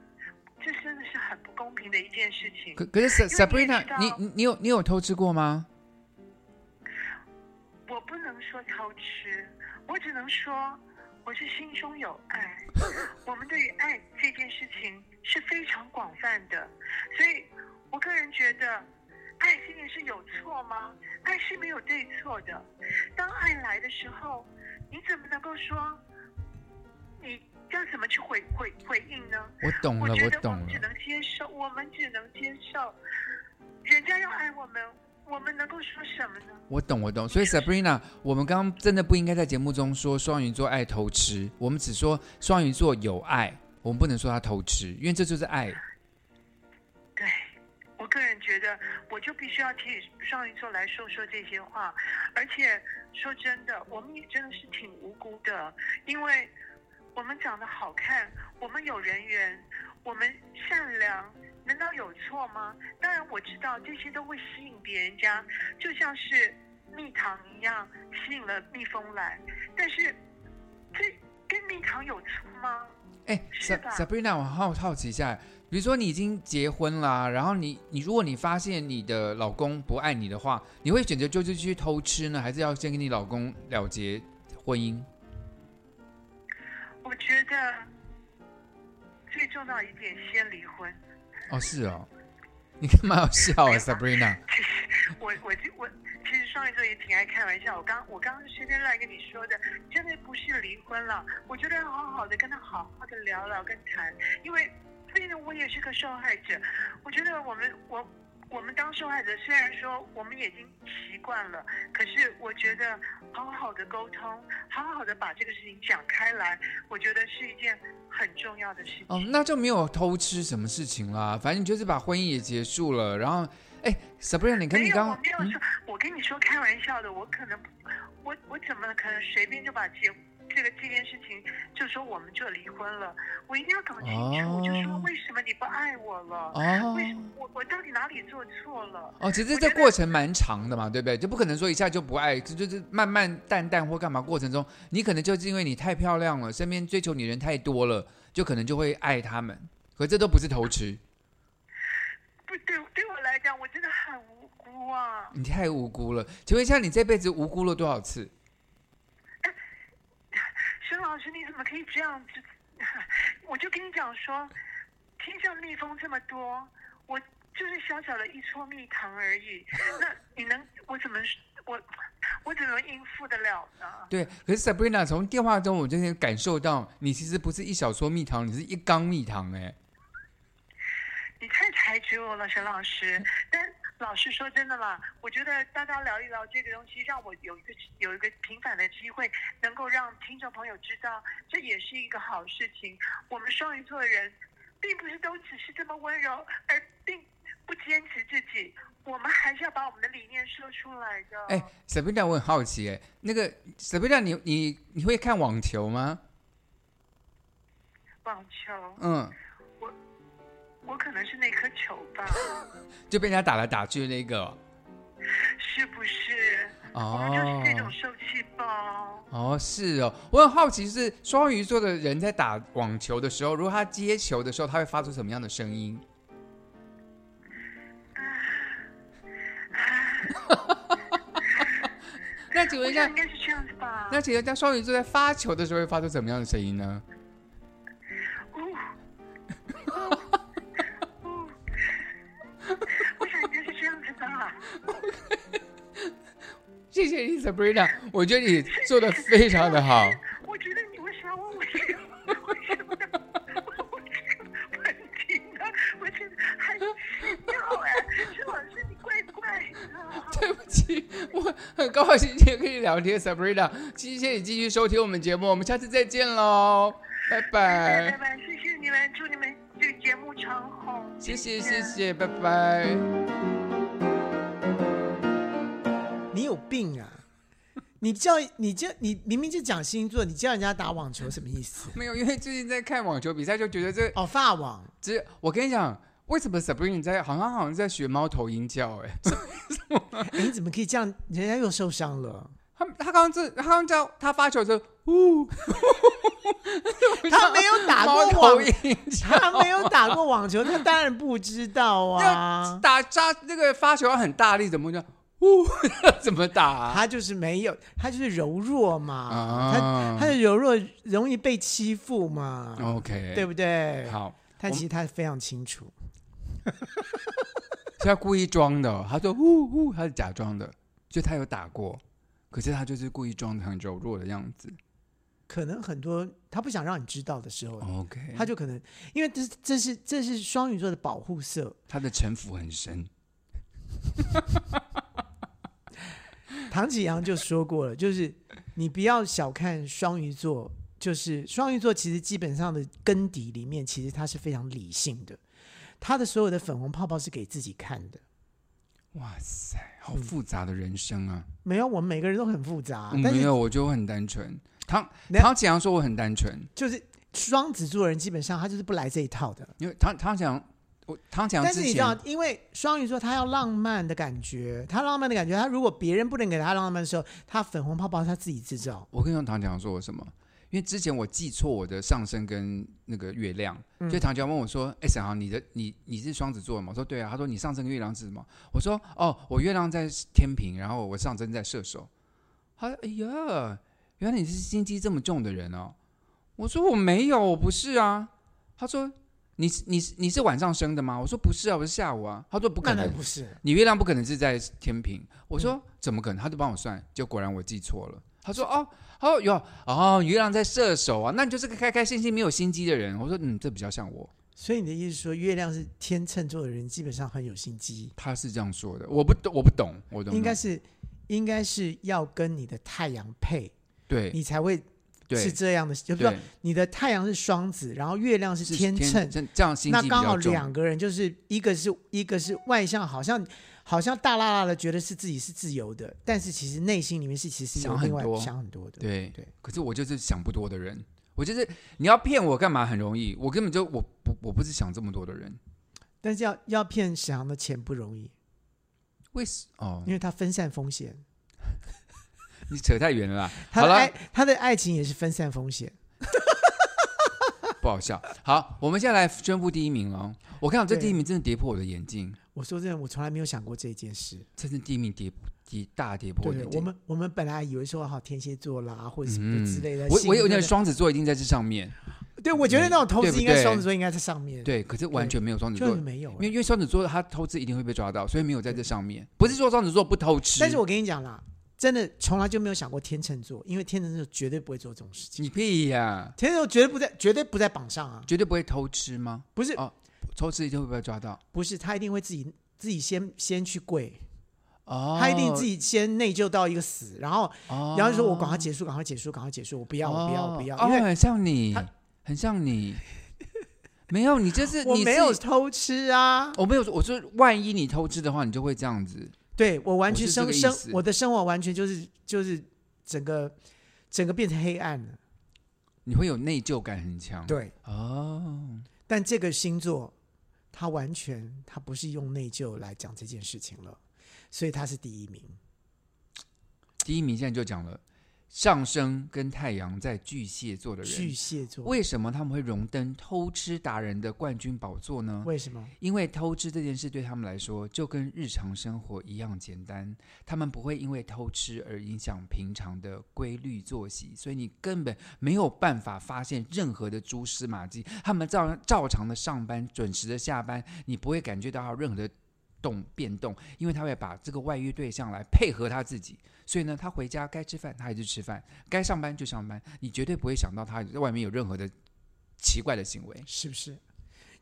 Speaker 5: 这真的是很不公平的一件事情。
Speaker 2: 可可是 Sa-
Speaker 5: 因为你也
Speaker 2: Sabrina，
Speaker 5: 知道
Speaker 2: 你你你有你有偷吃过吗？
Speaker 5: 我不能说偷吃，我只能说我是心中有爱。我们对于爱这件事情是非常广泛的，所以我个人觉得，爱这件事有错吗？爱是没有对错的。当爱来的时候，你怎么能够说你要怎么去回回回应呢？
Speaker 2: 我懂了，
Speaker 5: 觉
Speaker 2: 嗯我
Speaker 5: 得我
Speaker 2: 懂
Speaker 5: 们只
Speaker 2: 了。
Speaker 5: 能接受，我们只能接受，人家要爱我们，我们能够说什么呢？
Speaker 2: 我懂，我懂。所以 Sabrina，我们刚刚真的不应该在节目中说双鱼座爱偷吃，我们只说双鱼座有爱，我们不能说他偷吃，因为这就是爱。
Speaker 5: 对，我个人觉得，我就必须要替双鱼座来说说这些话，而且说真的，我们也真的是挺无辜的，因为我们长得好看，我们有人缘，我们善良，难道有错吗？当然我知道这些都会吸引别人家，就像是蜜糖一样吸引了蜜蜂来，但是这跟蜜糖有错吗？
Speaker 2: 哎
Speaker 5: 是
Speaker 2: ，Sa
Speaker 5: 吧
Speaker 2: Sabrina，我好好奇一下，比如说你已经结婚啦，然后你你如果你发现你的老公不爱你的话，你会选择就就去偷吃呢，还是要先跟你老公了结婚姻？
Speaker 5: 我觉得最重要一点，先离婚。 [LAUGHS]
Speaker 2: 哦，是哦，你干嘛要笑啊，Sabrina？
Speaker 5: 其实我我就我其实双鱼座也挺爱开玩笑。我刚我刚刚随便乱跟你说的，真的不是离婚了。我觉得要好好的跟他好好的聊聊跟谈，因为毕竟我也是个受害者。我觉得我们我我们当受害者，虽然说我们已经习惯了，可是我觉得好好的沟通，好好的把这个事情讲开来，我觉得是一件很重要的事情。
Speaker 2: 哦，那就没有偷吃什么事情啦，反正你就是把婚姻也结束了，然后，哎，Sabrina，你跟
Speaker 5: 没
Speaker 2: 你
Speaker 5: 有，
Speaker 2: 刚
Speaker 5: 我没有
Speaker 2: 嗯
Speaker 5: 说，我跟你说开玩笑的，我可能不，我我怎么可能随便就把结这个这件事情就说我们就离婚了？我一定要搞清楚，
Speaker 2: 哦
Speaker 5: 就说为什么你不爱我了？
Speaker 2: 哦
Speaker 5: 为什么我我到底哪里做错了？
Speaker 2: 哦，其实
Speaker 5: 我
Speaker 2: 这
Speaker 5: 觉得
Speaker 2: 过程蛮长的嘛，对不对？就不可能说一下就不爱，就就是慢慢淡淡或干嘛过程中，你可能就是因为你太漂亮了，身边追求你的人太多了，就可能就会爱他们。可这都不是偷吃，
Speaker 5: 不对，对我来讲，我真的很无辜啊！
Speaker 2: 你太无辜了。请问一下，你这辈子无辜了多少次？
Speaker 5: 孙老师，你怎么可以这样子？ [LAUGHS] 我就跟你讲说，天上蜜蜂这么多，我就是小小的一撮蜜糖而已。那你能，我怎么，我我怎么应付得了呢？
Speaker 2: 对，可是 Sabrina 从电话中我就能感受到，你其实不是一小撮蜜糖，你是一缸蜜糖哎、
Speaker 5: 你太抬举我了，沈老
Speaker 2: 嗯
Speaker 5: 师。但老实说真的啦，我觉得大家聊一聊这个东西，让我有一个有一个平反的机会，能够让听众朋友知道，这也是一个好事情。我们双鱼座的人，并不是都只是这么温柔，而并不坚持自己，我们还是要把我们的理念说出来的。
Speaker 2: 哎、s a b r i n a 我很好奇哎、那个 Sabrina 你你你会看网球吗？
Speaker 5: 网球，
Speaker 2: 嗯，
Speaker 5: 我可能是那颗球吧，
Speaker 2: 就被人家打来打去的那个哦。
Speaker 5: 是不是？我们就是这种受气包。
Speaker 2: 哦，是哦，我很好奇，是双鱼座的人在打网球的时候，如果他接球的时候，他会发出什么样的声音？ [LAUGHS] 那请问
Speaker 5: 我
Speaker 2: 一下
Speaker 5: 想应，该是这样子吧。
Speaker 2: 那请问一下，双鱼座在发球的时候会发出怎么样的声音呢？
Speaker 5: 哦，哦，我想应该是这样子吧。
Speaker 2: 谢谢你，Sabrina，我觉得你 [LAUGHS] 做的非常的好。
Speaker 5: 我觉得你为什么要问我这个？为什么要问我这个问题呢？我觉得很奇妙哎，这老师你怪怪的。
Speaker 2: [LAUGHS] 对不起，我很高兴今天跟你聊天，Sabrina。谢谢你继续收听我们节目，我们下次再见喽，拜
Speaker 5: 拜拜
Speaker 2: 拜。
Speaker 5: 拜，谢谢你们，祝你们这个节目长红。
Speaker 2: 谢谢谢谢，拜拜。
Speaker 1: 你有病啊！ [LAUGHS] 你叫你叫你明明就讲星座，你叫人家打网球什么意思？
Speaker 2: 没有，因为最近在看网球比赛，就觉得这
Speaker 1: 哦，发网
Speaker 2: 这，我跟你讲，为什么 Sabrina 你在好像好像在学猫头鹰叫、欸？哎，
Speaker 1: 哎，你怎么可以这样？人家又受伤了。
Speaker 2: 他他刚刚这他刚叫他发球的时候，呜，
Speaker 1: [LAUGHS] 他没有打过
Speaker 2: [LAUGHS] 猫头
Speaker 1: 网，
Speaker 2: 鹰
Speaker 1: [LAUGHS] 他没有打过网球，他当然不知道
Speaker 2: 要
Speaker 1: 啊。
Speaker 2: 打扎那个发球要很大力，怎么叫呜？ [LAUGHS] 怎么打、啊？
Speaker 1: 他就是没有，他就是柔弱嘛，
Speaker 2: 啊
Speaker 1: 他他的柔弱容易被欺负嘛，
Speaker 2: 哦 OK，
Speaker 1: 对不对？
Speaker 2: 好，
Speaker 1: 他其实他非常清楚，
Speaker 2: 是他故意装的哦、他说呜呜，他是假装的，就他有打过，可是他就是故意装的很柔弱的样子。
Speaker 1: 可能很多他不想让你知道的时候，
Speaker 2: OK，
Speaker 1: 他
Speaker 2: 他
Speaker 1: 就可能因为这这是这是双鱼座的保护色，
Speaker 2: 他的城府很深。
Speaker 1: 唐启阳就说过了，就是你不要小看双鱼座，就是双鱼座其实基本上的根底里面，其实他是非常理性的，他的所有的粉红泡泡是给自己看的。
Speaker 2: 哇塞，好复杂的人生啊！
Speaker 1: 没有，我们每个人都很复杂，
Speaker 2: 我
Speaker 1: 嗯但
Speaker 2: 啊嗯没
Speaker 1: 是
Speaker 2: 有，我就很单纯。唐
Speaker 1: 那
Speaker 2: 唐启阳说我很单纯，
Speaker 1: 就是双子座人基本上他就是不来这一套的。
Speaker 2: 因为唐唐启阳，我唐启阳
Speaker 1: 但是
Speaker 2: 之
Speaker 1: 你知
Speaker 2: 前
Speaker 1: 道，因为双鱼座他要浪漫的感觉，他浪漫的感觉，他如果别人不能给他浪漫的时候，他粉红泡泡他自己制造。
Speaker 2: 我跟你说，唐强说我什么？因为之前我记错我的上升跟那个月亮，所以唐强问我说：“哎、沈航，你的你你是双子座的吗？”我说：“对啊。”他说：“你上升跟月亮是什么？”我说：“哦，我月亮在天平，然后我上升在射手。”他说：“哎呀，原来你是心机这么重的人哦。”我说：“我没有，我不是啊。”他说：“你是你是你是晚上生的吗？”我说：“不是啊，我是下午啊。”他说：“不可
Speaker 1: 那那
Speaker 2: 能，
Speaker 1: 不是，
Speaker 2: 你月亮不可能是在天平。
Speaker 1: 嗯
Speaker 2: 我说、怎么可能？他就帮我算，就果然我记错了。他说哦哦有哦，你月亮在射手啊，那你就是个开开心心没有心机的人。我说嗯，这比较像我。
Speaker 1: 所以你的意思说，月亮是天秤座的人，基本上很有心机。
Speaker 2: 他是这样说的，我不懂，我不懂，我懂。
Speaker 1: 应该是应该是要跟你的太阳配，
Speaker 2: 对
Speaker 1: 你才会
Speaker 2: 对
Speaker 1: 是这样的。就是说
Speaker 2: 对，
Speaker 1: 你的太阳是双子，然后月亮是
Speaker 2: 是
Speaker 1: 天秤，
Speaker 2: 这这样心
Speaker 1: 那
Speaker 2: 机比
Speaker 1: 刚好
Speaker 2: 较
Speaker 1: 两
Speaker 2: 重。
Speaker 1: 个人就是一个是一个是外向，好像好像大啦啦的觉得是自己是自由的，但是其实内心里面是其实有
Speaker 2: 想很
Speaker 1: 另外
Speaker 2: 多
Speaker 1: 想很多的。
Speaker 2: 对
Speaker 1: 对，
Speaker 2: 可是我就是想不多的人，我就是你要骗我干嘛很容易，我根本就我不我不是想这么多的人。
Speaker 1: 但是要要骗沈阳的钱不容易，
Speaker 2: 为什哦
Speaker 1: 因？为他分散风险，
Speaker 2: 你扯太远了啦。
Speaker 1: 他哎
Speaker 2: 好
Speaker 1: 的
Speaker 2: 了
Speaker 1: 爱，他的爱情也是分散风险。
Speaker 2: 不好笑。好，我们现在来宣布第一名了。我看到这
Speaker 1: 对
Speaker 2: 第一名真的跌破我的眼镜，
Speaker 1: 我说真的，我从来没有想过这件事。
Speaker 2: 这是第一名跌跌大跌破我的
Speaker 1: 对，
Speaker 2: 眼
Speaker 1: 我
Speaker 2: 镜。
Speaker 1: 们我们本来以为说好天蝎座啦，或者什么
Speaker 2: 嗯
Speaker 1: 之类的。
Speaker 2: 我
Speaker 1: 星
Speaker 2: 我有
Speaker 1: 座
Speaker 2: 点
Speaker 1: 的
Speaker 2: 双子座一定在这上面，
Speaker 1: 对，我觉得那种投
Speaker 2: 对
Speaker 1: 资
Speaker 2: 不
Speaker 1: 应该
Speaker 2: 对
Speaker 1: 双子座应该在上面，，
Speaker 2: 对，可是完全没有双子
Speaker 1: 就
Speaker 2: 座
Speaker 1: 是，没有
Speaker 2: 因
Speaker 1: 欸、
Speaker 2: 为因为双子座他偷吃一定会被抓到，所以没有在这上面。不是说双子座不偷吃，
Speaker 1: 但是我跟你讲啦，真的从来就没有想过天秤座，因为天秤座绝对不会做这种事情，
Speaker 2: 你屁呀、
Speaker 1: 天秤座绝对不在，绝对不在榜上啊！
Speaker 2: 绝对不会偷吃吗？
Speaker 1: 不是、
Speaker 2: 哦偷吃一定会被抓到
Speaker 1: 不是，他一定会自己自己先先去跪，
Speaker 2: 哦，
Speaker 1: 他一定自己先内疚到一个死，然后、
Speaker 2: 哦，
Speaker 1: 然后就说我赶快结束，赶快结束，赶快结束，我不要，我不要，我不要，
Speaker 2: 哦
Speaker 1: 因为
Speaker 2: 很像你
Speaker 1: 他，
Speaker 2: 很像你，没有你就是
Speaker 1: [LAUGHS] 我
Speaker 2: 你
Speaker 1: 没有
Speaker 2: 是
Speaker 1: 偷吃啊。
Speaker 2: 我没有，我说万一你偷吃的话，你就会这样子。
Speaker 1: 对我完
Speaker 2: 我
Speaker 1: 全
Speaker 2: 是这
Speaker 1: 生
Speaker 2: 个意
Speaker 1: 生
Speaker 2: 思
Speaker 1: 我的生活完全就是就是整个整个变成黑暗了。
Speaker 2: 你会有内疚感很强。
Speaker 1: 对，
Speaker 2: 哦，
Speaker 1: 但这个星座他完全他不是用内疚来讲这件事情了，所以他是第一名。
Speaker 2: 第一名现在就讲了，上升跟太阳在巨蟹座的
Speaker 1: 巨
Speaker 2: 人，
Speaker 1: 蟹座
Speaker 2: 为什么他们会荣登偷吃达人的冠军宝座呢？
Speaker 1: 为什么？
Speaker 2: 因为偷吃这件事对他们来说就跟日常生活一样简单，他们不会因为偷吃而影响平常的规律作息，所以你根本没有办法发现任何的蛛丝马迹。他们照照常的上班，准时的下班，你不会感觉到任何的动变动，因为他会把这个外遇对象来配合他自己。所以呢，他回家该吃饭他还是吃饭，该上班就上班，你绝对不会想到他在外面有任何的奇怪的行为。
Speaker 1: 是不是？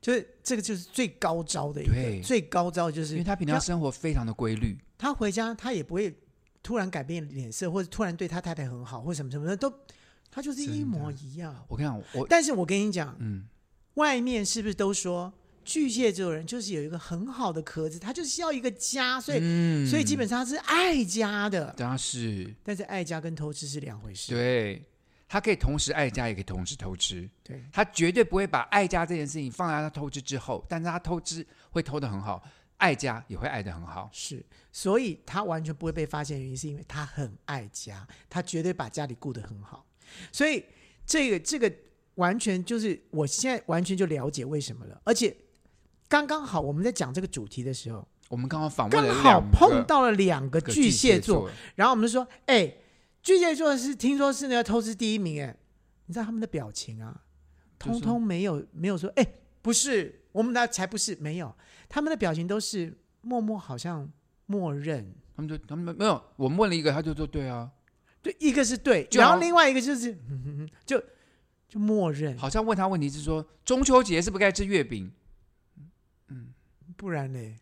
Speaker 1: 就是这个就是最高招的一
Speaker 2: 对
Speaker 1: 个，最高招就是
Speaker 2: 因为他平常生活非常的规律，
Speaker 1: 他回家他也不会突然改变脸色，或者突然对他太太很好，或什么什么的都，他就是一模一样。
Speaker 2: 我跟你讲，我
Speaker 1: 但是我跟你讲，
Speaker 2: 嗯，
Speaker 1: 外面是不是都说巨蟹座人就是有一个很好的壳子，他就是要一个家，所以、
Speaker 2: 嗯
Speaker 1: 所以基本上他是爱家的，
Speaker 2: 他是
Speaker 1: 但是爱家跟偷吃是两回事。
Speaker 2: 对，他可以同时爱家，也可以同时偷吃。
Speaker 1: 对，
Speaker 2: 他绝对不会把爱家这件事情放在他偷吃之后，但是他偷吃会偷的很好，爱家也会爱的很好。
Speaker 1: 是，所以他完全不会被发现，原因是因为他很爱家，他绝对把家里顾得很好。所以这个这个完全就是我现在完全就了解为什么了，而且刚刚好我们在讲这个主题的时候，
Speaker 2: 我们刚好访问
Speaker 1: 刚
Speaker 2: 了
Speaker 1: 好
Speaker 2: 两个
Speaker 1: 碰到了两个
Speaker 2: 个
Speaker 1: 巨蟹
Speaker 2: 蟹
Speaker 1: 座，，然后我们就说，哎、巨蟹座是听说是那个偷吃第一名，哎，你知道他们的表情啊，
Speaker 2: 就是
Speaker 1: 通通没有没有说，哎、不是，我们那才不是，没有，他们的表情都是默默好像默认，
Speaker 2: 他们就他们没有，我们问了一个，他就说对啊，
Speaker 1: 对，一个是对，
Speaker 2: 就
Speaker 1: 然后
Speaker 2: 好
Speaker 1: 另外一个就是， [LAUGHS] 嗯哼哼就就默认，
Speaker 2: 好像问他问题是说中秋节是不是该吃月饼，
Speaker 1: 不然嘞，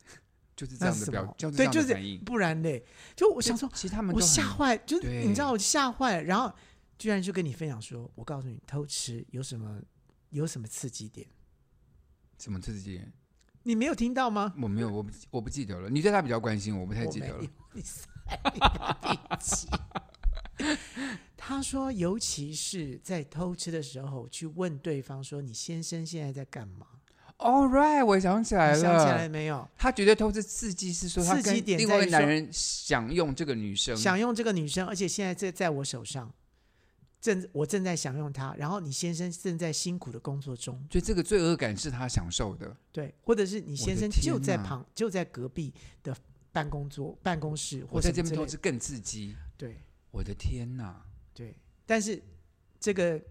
Speaker 2: 就是
Speaker 1: 那
Speaker 2: 这样
Speaker 1: 是
Speaker 2: 的
Speaker 1: 什
Speaker 2: 表
Speaker 1: 么，？
Speaker 2: 就是这
Speaker 1: 对，
Speaker 2: 样
Speaker 1: 就
Speaker 2: 的
Speaker 1: 是
Speaker 2: 反应。
Speaker 1: 不然嘞，就我
Speaker 2: 我
Speaker 1: 想说，
Speaker 2: 其实他们
Speaker 1: 我
Speaker 2: 都很
Speaker 1: 吓坏，就是
Speaker 2: 对
Speaker 1: 你知道我吓坏了，然后居然就跟你分享说，我告诉你，偷吃有什么有什么刺激点，
Speaker 2: 什么刺激？
Speaker 1: 你没有听到吗？
Speaker 2: 我没有，我不我不记得了。你对他比较关心，我不太
Speaker 1: 我
Speaker 2: 记
Speaker 1: 没
Speaker 2: 得
Speaker 1: 有
Speaker 2: 了。，
Speaker 1: 你塞你的脾气。 [LAUGHS] 他说，尤其是在偷吃的时候，去问对方说：“你先生现在在干嘛
Speaker 2: All right，我想起？”来
Speaker 1: 你
Speaker 2: 了，
Speaker 1: 想起来没有？
Speaker 2: 他觉得偷吃刺激是说他
Speaker 1: 刺激
Speaker 2: 跟
Speaker 1: 点
Speaker 2: 另外
Speaker 1: 在
Speaker 2: 一个
Speaker 1: 于
Speaker 2: 男
Speaker 1: 说
Speaker 2: 人享用这个女生，
Speaker 1: 享用这个女生，而且现在这在我手上，正我正在享用她，然后你先生正在辛苦的工作中，
Speaker 2: 所以这个罪恶感是他享受的。
Speaker 1: 对，或者是你先
Speaker 2: 我的
Speaker 1: 生
Speaker 2: 天
Speaker 1: 就在
Speaker 2: 哪
Speaker 1: 旁，就在隔壁的办公桌、办公室，
Speaker 2: 我
Speaker 1: 或
Speaker 2: 在
Speaker 1: 者
Speaker 2: 这边偷吃更刺激，
Speaker 1: 对
Speaker 2: 我的天哪！
Speaker 1: 对，但是这个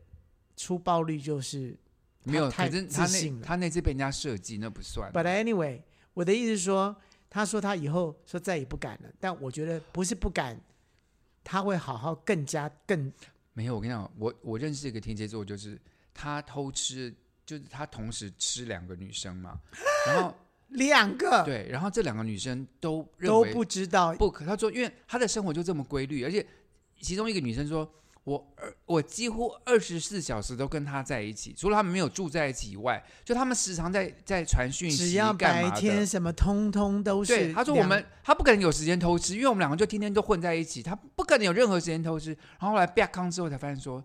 Speaker 1: 出包率就是
Speaker 2: 没有，
Speaker 1: 太
Speaker 2: 可是
Speaker 1: 自
Speaker 2: 他
Speaker 1: 信
Speaker 2: 那
Speaker 1: 了
Speaker 2: 他那次被人家设计，那不算。
Speaker 1: But anyway，我的意思是说，他说他以后说再也不敢了，但我觉得不是不敢，他会好好更加更
Speaker 2: 没有，我跟你讲，我我认识一个天蝎座，就是他偷吃，就是他同时吃两个女生嘛，
Speaker 1: [LAUGHS]
Speaker 2: 然后
Speaker 1: 两个
Speaker 2: 对，然后这两个女生都认
Speaker 1: 都
Speaker 2: 为
Speaker 1: 不知道，
Speaker 2: 不可，他说，因为他的生活就这么规律，而且其中一个女生说，我二我几乎二十四小时都跟他在一起，除了他们没有住在一起以外，就他们时常在在传讯息，
Speaker 1: 只要
Speaker 2: 干
Speaker 1: 白
Speaker 2: 嘛的
Speaker 1: 天什么通通都
Speaker 2: 对，
Speaker 1: 是。
Speaker 2: 他说我们他不可能有时间偷吃，因为我们两个就天天都混在一起，他不可能有任何时间偷吃。然后后来啪康之后才发现说，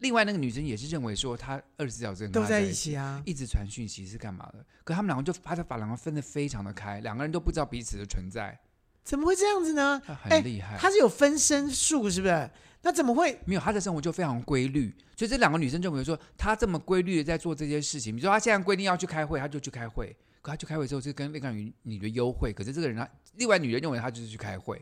Speaker 2: 另外那个女生也是认为说他二十四小时跟
Speaker 1: 都
Speaker 2: 他
Speaker 1: 在
Speaker 2: 一
Speaker 1: 一，起啊，
Speaker 2: 一直传讯息是干嘛的？可他们两个就把他把两个分得非常的开，两个人都不知道彼此的存在，
Speaker 1: 怎么会这样子呢？
Speaker 2: 他
Speaker 1: 哎
Speaker 2: 很厉害。
Speaker 1: 他是有分身术是不是？那怎么会？
Speaker 2: 没有，他的生活就非常规律，所以这两个女生认为说，他这么规律的在做这些事情，比如说他现在规定要去开会，他就去开会，可他去开会之后就跟另外一个女的幽会，可是这个人他另外女人认为他就是去开会，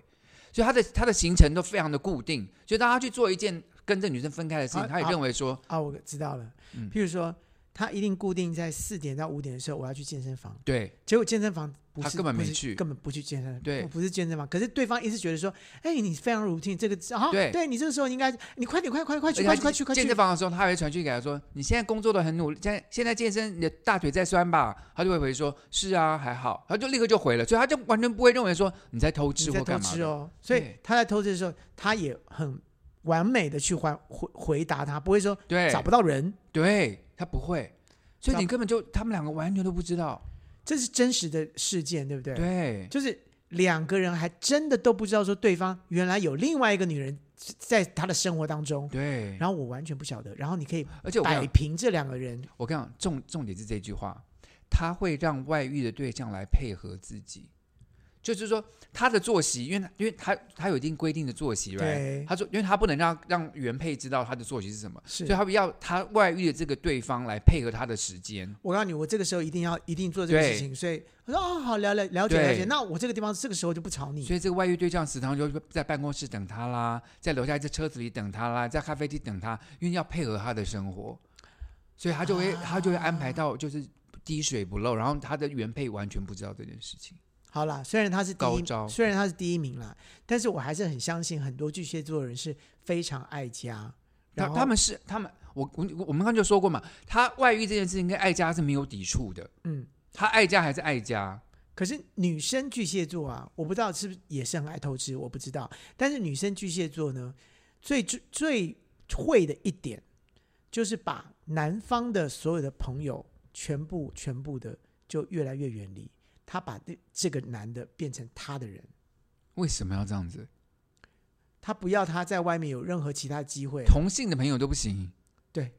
Speaker 2: 所以他的他的行程都非常的固定，所以当他去做一件跟这女生分开的事情，
Speaker 1: 啊
Speaker 2: 他也
Speaker 1: 啊
Speaker 2: 认为说，
Speaker 1: 啊，我知道了。
Speaker 2: 嗯
Speaker 1: 譬如说，他一定固定在四点到五点的时候，我要去健身房。
Speaker 2: 对
Speaker 1: 结果健身房不是
Speaker 2: 他根本没
Speaker 1: 不是
Speaker 2: 去
Speaker 1: 根本不去健身，
Speaker 2: 对
Speaker 1: 不不是健身房。可是对方一直觉得说，哎，你非常 routine，这个啊，
Speaker 2: 对
Speaker 1: 对你这个时候应该，你快点，快快快去，快
Speaker 2: 而
Speaker 1: 去，
Speaker 2: 且
Speaker 1: 快
Speaker 2: 他
Speaker 1: 去，快去
Speaker 2: 健身。房的时候，他还会传讯给他说：“你现在工作的很努力，现在现在健身，你的大腿在酸吧？”他就会回说：“是啊，还好。”他就立刻就回了，所以他就完全不会认为说你在偷
Speaker 1: 你
Speaker 2: 吃
Speaker 1: 在
Speaker 2: 或
Speaker 1: 偷
Speaker 2: 干嘛
Speaker 1: 吃
Speaker 2: 的。
Speaker 1: 哦，所以
Speaker 2: 对
Speaker 1: 他在偷吃的时候，他也很完美的去回回回答他，不会说
Speaker 2: 对，
Speaker 1: 找不到人，
Speaker 2: 对他不会，所以
Speaker 1: 找
Speaker 2: 你根本就他们两个完全都不知道。
Speaker 1: 这是真实的事件，对不对？，
Speaker 2: 对，
Speaker 1: 就是两个人还真的都不知道说对方原来有另外一个女人在他的生活当中，
Speaker 2: 对，
Speaker 1: 然后我完全不晓得，然后你可以
Speaker 2: 而且我跟
Speaker 1: 摆
Speaker 2: 你讲
Speaker 1: 平这两个人，
Speaker 2: 我跟你讲，重重点是这句话，他会让外遇的对象来配合自己。就是说，他的作息，因为因为他他有一定规定的作息，
Speaker 1: 对
Speaker 2: right？他说，因为他不能让让原配知道他的作息是什么，
Speaker 1: 是
Speaker 2: 所以他要他外遇的这个对方来配合他的时间。
Speaker 1: 我告诉你，我这个时候一定要一定做这个
Speaker 2: 对
Speaker 1: 事情，所以我说哦，好了了了解
Speaker 2: 对
Speaker 1: 了解。那我这个地方这个时候就不吵你，
Speaker 2: 所以这个外遇对象时常就在办公室等他啦，在楼下在车子里等他啦，在咖啡厅等他，因为要配合他的生活，所以他就
Speaker 1: 啊
Speaker 2: 会、他就会安排到就是滴水不漏，然后他的原配完全不知道这件事情。
Speaker 1: 好啦，虽然他是第
Speaker 2: 高
Speaker 1: 一
Speaker 2: 招，
Speaker 1: 虽然他是第一名啦，但是我还是很相信很多巨蟹座的人是非常爱家，
Speaker 2: 他
Speaker 1: 然后
Speaker 2: 他们是他们，我我我们刚刚就说过嘛，他外遇这件事情跟爱家是没有抵触的，
Speaker 1: 嗯，
Speaker 2: 他爱家还是爱家，
Speaker 1: 可是女生巨蟹座啊，我不知道是不是也是很爱偷吃，我不知道。但是女生巨蟹座呢，最最最会的一点就是把男方的所有的朋友全部全部的就越来越远离，她把这这个男的变成她的人。
Speaker 2: 为什么要这样子？
Speaker 1: 他不要他在外面有任何其他机会，
Speaker 2: 同性的朋友都不行。
Speaker 1: 对，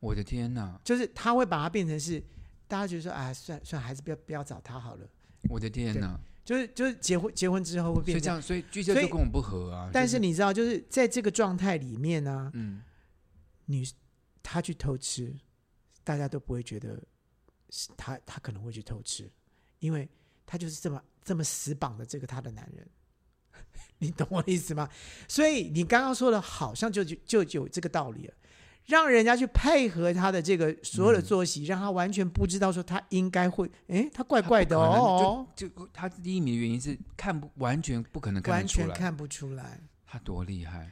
Speaker 2: 我的天哪，
Speaker 1: 就是他会把它变成是大家觉得说啊，算算还是不要不要找他好了，
Speaker 2: 我的天哪！
Speaker 1: 就是就是结婚结婚之后会
Speaker 2: 所以
Speaker 1: 变
Speaker 2: 这
Speaker 1: 这样。
Speaker 2: 样，所以巨蟹
Speaker 1: 所
Speaker 2: 座
Speaker 1: 以
Speaker 2: 跟我们不合啊。
Speaker 1: 但，
Speaker 2: 就是
Speaker 1: 你知道，就是在这个状态里面呢、
Speaker 2: 嗯，
Speaker 1: 女她去偷吃，大家都不会觉得是她她可能会去偷吃，因为她就是这么这么死绑的这个她的男人， [LAUGHS] 你懂我的意思吗？所以你刚刚说的，好像就就就有这个道理了。让人家去配合他的这个所
Speaker 2: 嗯
Speaker 1: 有的作息，让他完全不知道说他应该会，诶，他怪
Speaker 2: 他
Speaker 1: 怪
Speaker 2: 不
Speaker 1: 的
Speaker 2: 可能
Speaker 1: 哦，
Speaker 2: 就就他第一名的原因是看不完全不可能看
Speaker 1: 完
Speaker 2: 得出
Speaker 1: 全
Speaker 2: 来，
Speaker 1: 看不出来。
Speaker 2: 他多厉害。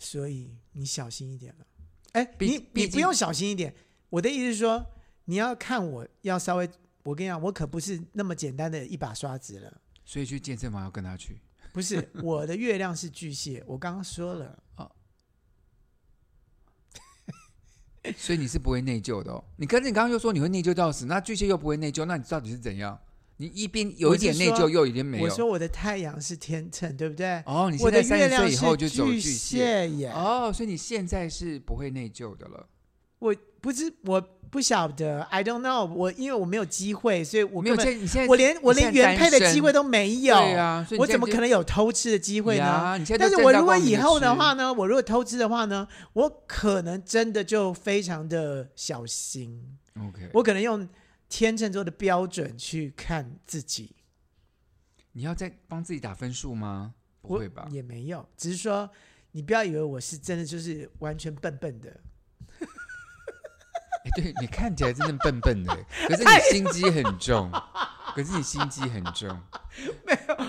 Speaker 1: 所以你小心一点了。哎，
Speaker 2: 毕
Speaker 1: 你
Speaker 2: 毕
Speaker 1: 你
Speaker 2: 竟
Speaker 1: 不用小心一点，我的意思是说，你要看我要稍微，我跟你讲，我可不是那么简单的一把刷子了。
Speaker 2: 所以去健身房要跟
Speaker 1: [LAUGHS]
Speaker 2: 他去。
Speaker 1: 不
Speaker 2: [LAUGHS]
Speaker 1: 是，我的月亮是巨蟹，我刚刚说了，
Speaker 2: 所以你是不会内疚的哦。你跟你刚刚又说你会内疚到死，那巨蟹又不会内疚，那你到底是怎样？你一边有一点内疚，
Speaker 1: 我是说
Speaker 2: 又有一点没
Speaker 1: 我说
Speaker 2: 有。
Speaker 1: 我的太阳是天秤，对不对？
Speaker 2: 哦，你现
Speaker 1: 我的
Speaker 2: 在三
Speaker 1: 月
Speaker 2: 十
Speaker 1: 亮
Speaker 2: 岁以后
Speaker 1: 是
Speaker 2: 就走
Speaker 1: 巨
Speaker 2: 蟹。
Speaker 1: 耶，
Speaker 2: 哦，所以你现在是不会内疚的了，
Speaker 1: 我不知我不晓得，I don't know，我因为我没有机会，所以我
Speaker 2: 没有
Speaker 1: 根本
Speaker 2: 现在你现在
Speaker 1: 我连我连
Speaker 2: 你现在
Speaker 1: 原配的
Speaker 2: 单身
Speaker 1: 机会都没有，
Speaker 2: 对啊，所以你
Speaker 1: 我
Speaker 2: 现在
Speaker 1: 怎么
Speaker 2: 就
Speaker 1: 可能有偷吃的机会呢？
Speaker 2: 呀你现在
Speaker 1: 但
Speaker 2: 就是站
Speaker 1: 我
Speaker 2: 在
Speaker 1: 如果
Speaker 2: 光明
Speaker 1: 以
Speaker 2: 的
Speaker 1: 后的
Speaker 2: 吃
Speaker 1: 话呢，我如果偷吃的话呢，我可能真的就非常的小心，
Speaker 2: ，OK，
Speaker 1: 我可能用天秤座的标准去看自己，
Speaker 2: 你要再帮自己打分数吗？不
Speaker 1: 我
Speaker 2: 会吧？
Speaker 1: 也没有，只是说你不要以为我是真的就是完全笨笨
Speaker 2: [LAUGHS]
Speaker 1: 的，
Speaker 2: 哎，对你看起来真的笨笨
Speaker 1: [LAUGHS]
Speaker 2: 的，可是
Speaker 1: 哎
Speaker 2: 你心机很重，可是你心机很
Speaker 1: [LAUGHS]
Speaker 2: 重。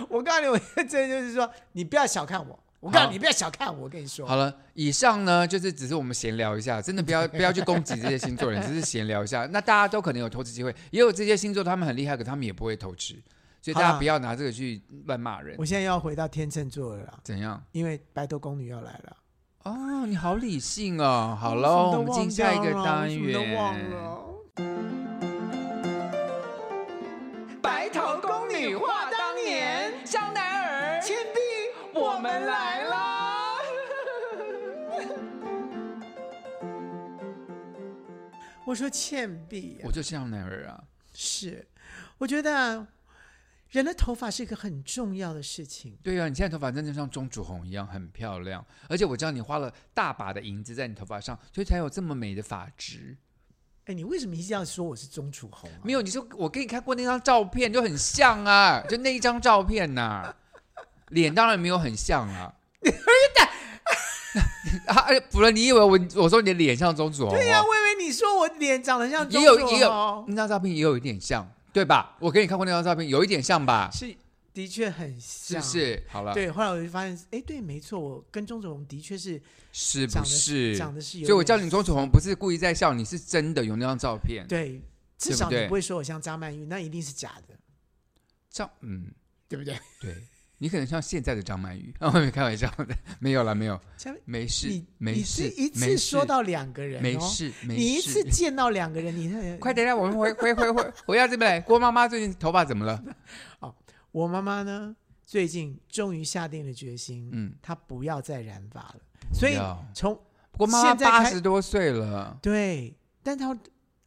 Speaker 1: 我告诉你，我这就是说你不要小看我，我告诉
Speaker 2: 好
Speaker 1: 你，你不要小看我，我跟你说，
Speaker 2: 好了，以上呢就是只是我们闲聊一下，真的不要不要去攻击这些星座人，只是闲聊一下。那大家都可能有投资机会，也有这些星座他们很厉害，可他们也不会投资，所以大
Speaker 1: 好
Speaker 2: 家
Speaker 1: 啦
Speaker 2: 不要拿这个去乱骂人
Speaker 1: 我。现在要回到天秤座了啦，
Speaker 2: 怎样？
Speaker 1: 因为白头宫女要来了。
Speaker 2: 哦，你好理性哦。好
Speaker 1: 我
Speaker 2: 喽，
Speaker 1: 什
Speaker 2: 我
Speaker 1: 么都
Speaker 2: 们
Speaker 1: 忘
Speaker 2: 进下一
Speaker 1: 掉
Speaker 2: 个
Speaker 1: 了
Speaker 2: 单
Speaker 1: 我什么都忘
Speaker 2: 元。
Speaker 1: 了。
Speaker 6: 白头宫女话当年，香奈儿、倩碧，我们来啦！
Speaker 1: [LAUGHS] 我说倩碧、啊
Speaker 2: 我，就像奈儿啊，
Speaker 1: 是，我觉得啊人的头发是一个很重要的事情。
Speaker 2: 对啊，你现在头发真的像钟楚红一样很漂亮，而且我知道你花了大把的银子在你头发上，所以才有这么美的发质。
Speaker 1: 哎，你为什么一定要说我是钟楚红、啊？
Speaker 2: 没有，你说我给你看过那张照片，就很像啊，就那一张照片呐、脸当然没有很像
Speaker 1: [LAUGHS]
Speaker 2: 啊。啊，哎不然你以为我我说你的脸像钟楚红、哦？
Speaker 1: 对呀、我以为你说我脸长得像钟
Speaker 2: 也
Speaker 1: 楚
Speaker 2: 有
Speaker 1: 红，哦
Speaker 2: 也有那张照片也有一点像，对吧？我给你看过那张照片，有一点像吧？
Speaker 1: 是的确很
Speaker 2: 是
Speaker 1: 像，
Speaker 2: 不？是？好了，
Speaker 1: 对，后来我就发现，哎，对，没错，我跟钟楚红的确是
Speaker 2: 是
Speaker 1: 长
Speaker 2: 不
Speaker 1: 得
Speaker 2: 是？
Speaker 1: 长得是有点像，
Speaker 2: 所以我叫你钟楚红，不是故意在笑，你是真的有那张照片。，
Speaker 1: 对，至
Speaker 2: 对不
Speaker 1: 少你
Speaker 2: 对
Speaker 1: 不会说我像张曼玉，那一定是假的，
Speaker 2: 照嗯，
Speaker 1: 对
Speaker 2: [LAUGHS]
Speaker 1: 不对？
Speaker 2: 对你可能像现在的张曼玉， [LAUGHS] 啊，没开玩笑的，没有了，没有，
Speaker 1: 下面
Speaker 2: 没
Speaker 1: [LAUGHS]
Speaker 2: 事
Speaker 1: 你，
Speaker 2: 没
Speaker 1: 你是
Speaker 2: 事，
Speaker 1: 一次
Speaker 2: 没
Speaker 1: 说
Speaker 2: 事
Speaker 1: 到两个人、哦，
Speaker 2: 没事，没事。
Speaker 1: 你一
Speaker 2: [LAUGHS]
Speaker 1: 次见到两个人，你看
Speaker 2: 快点让我们回回回回回到这边来。郭妈妈最近头发怎么了？
Speaker 1: 我妈妈呢，最近终于下定了决心，
Speaker 2: 嗯，
Speaker 1: 她不要再染发了。所以
Speaker 2: 要
Speaker 1: 从
Speaker 2: 郭妈妈
Speaker 1: 现在
Speaker 2: 八
Speaker 1: 开
Speaker 2: 十多岁了，
Speaker 1: 对，但她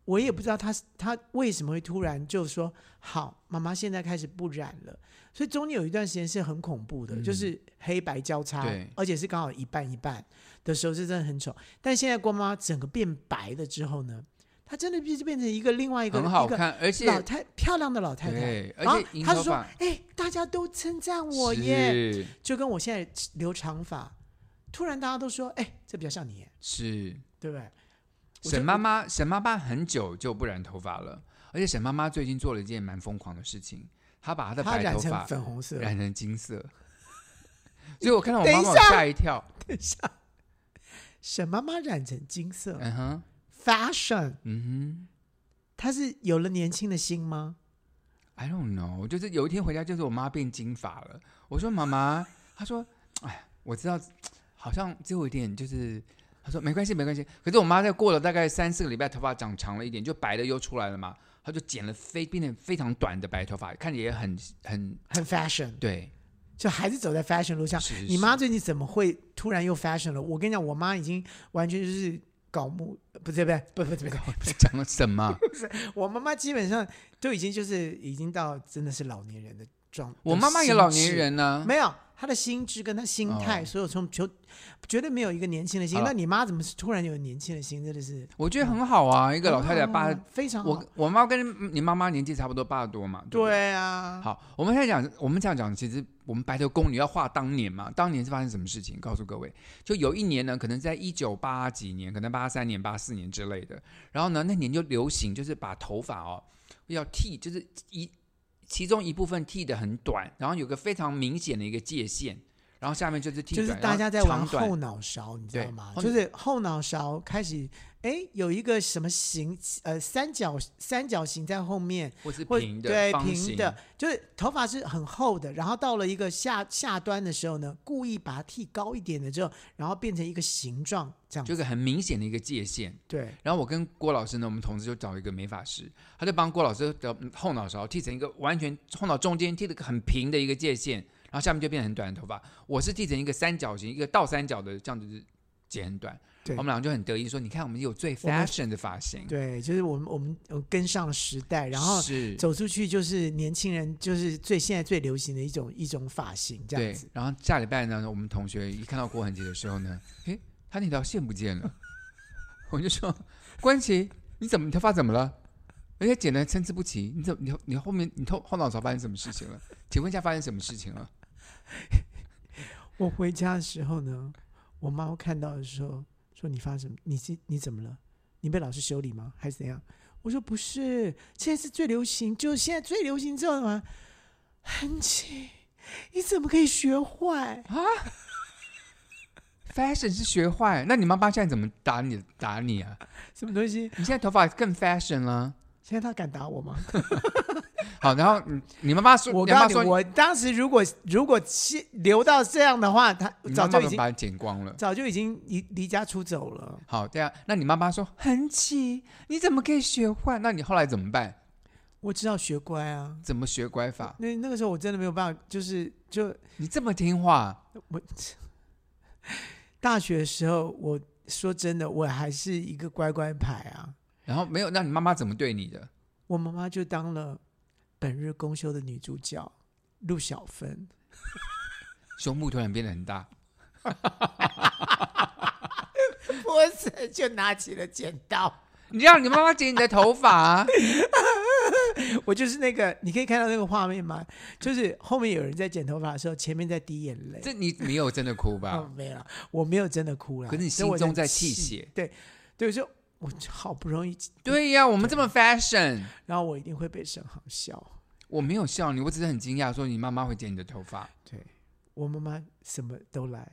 Speaker 1: 我也不知道她她为什么会突然就说好，妈妈现在开始不染了。所以中间有一段时间是很恐怖的，
Speaker 2: 嗯
Speaker 1: 就是黑白交叉
Speaker 2: 对，
Speaker 1: 而且是刚好一半一半的时候，是真的很丑。但现在郭妈妈整个变白了之后呢，她真的就变成一个另外一个
Speaker 2: 很好
Speaker 1: 一个
Speaker 2: 看，而且
Speaker 1: 老太漂亮的老太太。
Speaker 2: 对，而
Speaker 1: 然后
Speaker 2: 且银
Speaker 1: 她
Speaker 2: 头
Speaker 1: 说
Speaker 2: 发：“
Speaker 1: 哎、大家都称赞我耶。”
Speaker 2: 是
Speaker 1: 就跟我现在留长发，突然大家都说，哎、这比较像你耶，
Speaker 2: 是。
Speaker 1: 对不对？我就
Speaker 2: 沈妈妈，沈妈妈很久就不染头发了，而且沈妈妈最近做了一件蛮疯狂的事情，她把她的
Speaker 1: 她
Speaker 2: 白
Speaker 1: 染
Speaker 2: 头
Speaker 1: 成
Speaker 2: 发
Speaker 1: 粉红色
Speaker 2: 染成金色， [LAUGHS] 所以我看到我
Speaker 1: 等
Speaker 2: 妈
Speaker 1: 一
Speaker 2: 妈我
Speaker 1: 下
Speaker 2: 吓一跳。
Speaker 1: 沈妈妈染成金色、
Speaker 2: 嗯哼，
Speaker 1: f a s h i o n
Speaker 2: 嗯
Speaker 1: 她是有了年轻的心吗？
Speaker 2: 哼，I don't know，就是有一天回家，就是我妈变金发了，我说妈妈，她说，哎，我知道，好像只有一点就是。她说没关系，没关系。可是我妈在过了大概三四个礼拜，头发长长了一点，就白的又出来了嘛，她就剪了非变得非常短的白头发，看着也很很
Speaker 1: 很 fashion，
Speaker 2: 对，
Speaker 1: 就还是走在 fashion 路上。
Speaker 2: 是是
Speaker 1: 你妈最近怎么会突然又 fashion 了？我跟你讲，我妈已经完全就是搞木，不对不对不不对不对，
Speaker 2: 讲了
Speaker 1: [LAUGHS]
Speaker 2: 什么？
Speaker 1: 我妈妈基本上都已经就是已经到真的是老年人的状。
Speaker 2: 我
Speaker 1: 的
Speaker 2: 妈妈也
Speaker 1: 心
Speaker 2: 老年
Speaker 1: 智
Speaker 2: 人呢、
Speaker 1: 没有，他的心智跟他心态，
Speaker 2: 哦
Speaker 1: 所有从求绝对没有一个年轻的心
Speaker 2: 好。了
Speaker 1: 那你妈怎么是突然有年轻的心？真的是
Speaker 2: 我觉得很好啊，一
Speaker 1: 一
Speaker 2: 个老太太八，
Speaker 1: 非常好
Speaker 2: 我。我妈跟你妈妈年纪差不多八十多嘛，对不对
Speaker 1: 对啊，
Speaker 2: 好，我们现在讲，我们这样讲，其实我们白头宫女要画当年嘛，当年是发生什么事情？告诉各位，就有一年呢，可能在一九八几年，可能八三年、八四年之类的。然后呢，那年就流行，就是把头发哦要剃，就是一其中一部分剃得很短，然后有个非常明显的一个界限，然后下面就是剃
Speaker 1: 就
Speaker 2: 短，
Speaker 1: 是
Speaker 2: 然
Speaker 1: 大
Speaker 2: 后
Speaker 1: 家在玩
Speaker 2: 长短
Speaker 1: 后脑勺，你知道
Speaker 2: 对
Speaker 1: 吗？
Speaker 2: 后
Speaker 1: 就是后脑勺开始，哎，有一个什么形，呃，三角三角形在后面，
Speaker 2: 或是
Speaker 1: 或
Speaker 2: 平的、
Speaker 1: 对
Speaker 2: 方
Speaker 1: 平
Speaker 2: 形
Speaker 1: 的，就是头发是很厚的，然后到了一个下下端的时候呢，故意把它剃高一点的之后，然后变成一个形状这样
Speaker 2: 就
Speaker 1: 子。
Speaker 2: 是个很明显的一个界限。
Speaker 1: 对，
Speaker 2: 然后我跟郭老师呢，我们同事就找一个美发师，他就帮郭老师的嗯后脑勺剃成一个完全后脑中间剃了个很平的一个界限，然后下面就变成很短的头发。我是剃成一个三角形，一个倒三角的，这样子剪很短。
Speaker 1: 对
Speaker 2: 我们两个就很得意说：“你看，我们有最
Speaker 1: 我们
Speaker 2: fashion 的发型。”，
Speaker 1: 对，就是我们我们我们跟上了时代，然后
Speaker 2: 是
Speaker 1: 走出去就是年轻人，就是最现在最流行的一种一种发型这样
Speaker 2: 对
Speaker 1: 子。。
Speaker 2: 然后下礼拜呢，我们同学一看到郭恒杰的时候呢，诶，他那条线不见了， [LAUGHS] 我就说：“关琪，你怎么你头发怎么了？”而且剪得参差不齐，你怎么你你后面你后后脑勺发生什么事情了？请问一下发生什么事情了？
Speaker 1: 我回家的时候呢，我妈看到的时候说：“你发什么？你是你怎么了？你被老师修理吗？还是怎样？”我说：“不是，现在是最流行，就是现在最流行这种啊，韩琦，你怎么可以学坏？
Speaker 2: fashion 是学坏，那你妈妈现在怎么打你打你啊？
Speaker 1: 什么东西？
Speaker 2: 你现在头发更 fashion 了。
Speaker 1: 现在他敢打我吗？”
Speaker 2: 好，然后你你妈妈说，
Speaker 1: 我
Speaker 2: 你妈
Speaker 1: 告
Speaker 2: 妈
Speaker 1: 诉
Speaker 2: 说
Speaker 1: 你，我当时如果如果是留到这样的话，他
Speaker 2: 你
Speaker 1: 早
Speaker 2: 妈妈
Speaker 1: 就已经
Speaker 2: 把你剪光了。
Speaker 1: 早就已经离离家出走了。
Speaker 2: 好，对啊，那你妈妈说很奇，你怎么可以学坏？那你后来怎么办？
Speaker 1: 我知道学乖啊，
Speaker 2: 怎么学乖法？
Speaker 1: 那那个时候我真的没有办法，就是就
Speaker 2: 你这么听话，
Speaker 1: 我大学的时候，我说真的，我还是一个乖乖牌啊。
Speaker 2: 然后没有，那你妈妈怎么对你的？
Speaker 1: 我妈妈就当了本日公休的女主角陆小 [LAUGHS] 芬，
Speaker 2: 胸部突然变得很大，
Speaker 1: 脖子就拿起了剪刀。
Speaker 2: 你让你妈妈剪你的头发 [LAUGHS] 啊、
Speaker 1: 我就是那个，你可以看到那个画面吗？就是后面有人在剪头发的时候，前面在滴眼泪。
Speaker 2: 这你没有真的哭
Speaker 1: 哦
Speaker 2: 吧？，
Speaker 1: 没有啦，我没有真的哭了。
Speaker 2: 可是你
Speaker 1: 所以我
Speaker 2: 心中在
Speaker 1: 气
Speaker 2: 泣血。
Speaker 1: 对，对，就我好不容易，
Speaker 2: 对呀、我们这么 fashion，
Speaker 1: 然后我一定会被沈航笑。
Speaker 2: 我没有笑你，我只是很惊讶，说你妈妈会剪你的头发。
Speaker 1: 对我妈妈什么都来，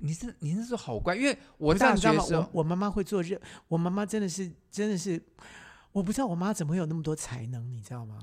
Speaker 2: 你是你那时候好乖，因为我
Speaker 1: 不知道
Speaker 2: 大
Speaker 1: 你知道
Speaker 2: 学的
Speaker 1: 吗？
Speaker 2: 时候
Speaker 1: 我，我妈妈会做热，我妈妈真的是真的是，我不知道我妈怎么会有那么多才能，你知道吗？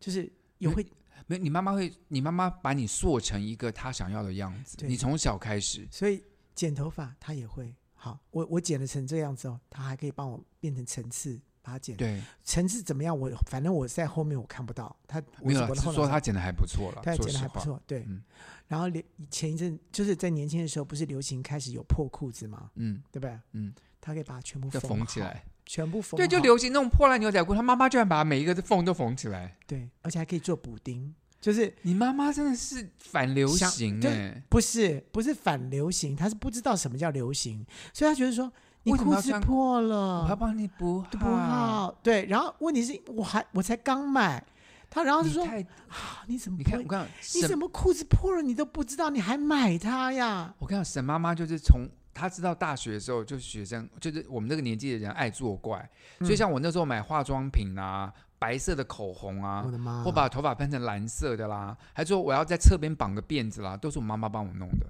Speaker 1: 就是也
Speaker 2: 嗯
Speaker 1: 会
Speaker 2: 没有你妈妈会，你妈妈把你塑成一个她想要的样子。
Speaker 1: 对
Speaker 2: 你从小开始，
Speaker 1: 所以剪头发她也会。好，我我剪了成这样子哦，她还可以帮我变成层次，把它剪。
Speaker 2: 对，
Speaker 1: 层次怎么样？我反正我在后面我看不到，她我
Speaker 2: 没有
Speaker 1: 我
Speaker 2: 了，
Speaker 1: 的
Speaker 2: 是
Speaker 1: 后脑
Speaker 2: 说
Speaker 1: 勺
Speaker 2: 她剪的还不错了，
Speaker 1: 对，
Speaker 2: 说
Speaker 1: 剪
Speaker 2: 实
Speaker 1: 的还不
Speaker 2: 话，
Speaker 1: 错，对。
Speaker 2: 嗯
Speaker 1: 然后流前一阵就是在年轻的时候，不是流行开始有破裤子吗？
Speaker 2: 嗯，
Speaker 1: 对不对？
Speaker 2: 嗯，
Speaker 1: 他可以把它全部
Speaker 2: 要缝起
Speaker 1: 好，
Speaker 2: 来，
Speaker 1: 全部缝
Speaker 2: 对，就
Speaker 1: 好
Speaker 2: 流行那种破烂牛仔裤，她妈妈居然把每一个缝都缝起来。
Speaker 1: 对，而且还可以做补丁，就是
Speaker 2: 你妈妈真的是反流
Speaker 1: 想
Speaker 2: 行
Speaker 1: 对
Speaker 2: 哎、
Speaker 1: 不是不是反流行，他是不知道什么叫流行，所以他觉得说你
Speaker 2: 为什么
Speaker 1: 裤
Speaker 2: 要
Speaker 1: 子
Speaker 2: 穿
Speaker 1: 破
Speaker 2: 我要
Speaker 1: 了，
Speaker 2: 帮你补好，
Speaker 1: 对哦不好，对。然后问题是我还我才刚买，他然后就
Speaker 2: 你
Speaker 1: 说
Speaker 2: 太，
Speaker 1: 啊你怎么
Speaker 2: 你
Speaker 1: 不
Speaker 2: 看
Speaker 1: 会
Speaker 2: 我看
Speaker 1: 你怎么裤子破了你都不知道，你还买它呀？
Speaker 2: 我跟你讲，沈妈妈就是从她知道大学的时候，就是学生，就是我们这个年纪的人爱作怪，所
Speaker 1: 嗯
Speaker 2: 以像我那时候买化妆品啊，白色的口红啊
Speaker 1: 我，的妈！
Speaker 2: 或把头发喷成蓝色的啦，还说我要在侧边绑个辫子啦，都是我妈妈帮我弄的。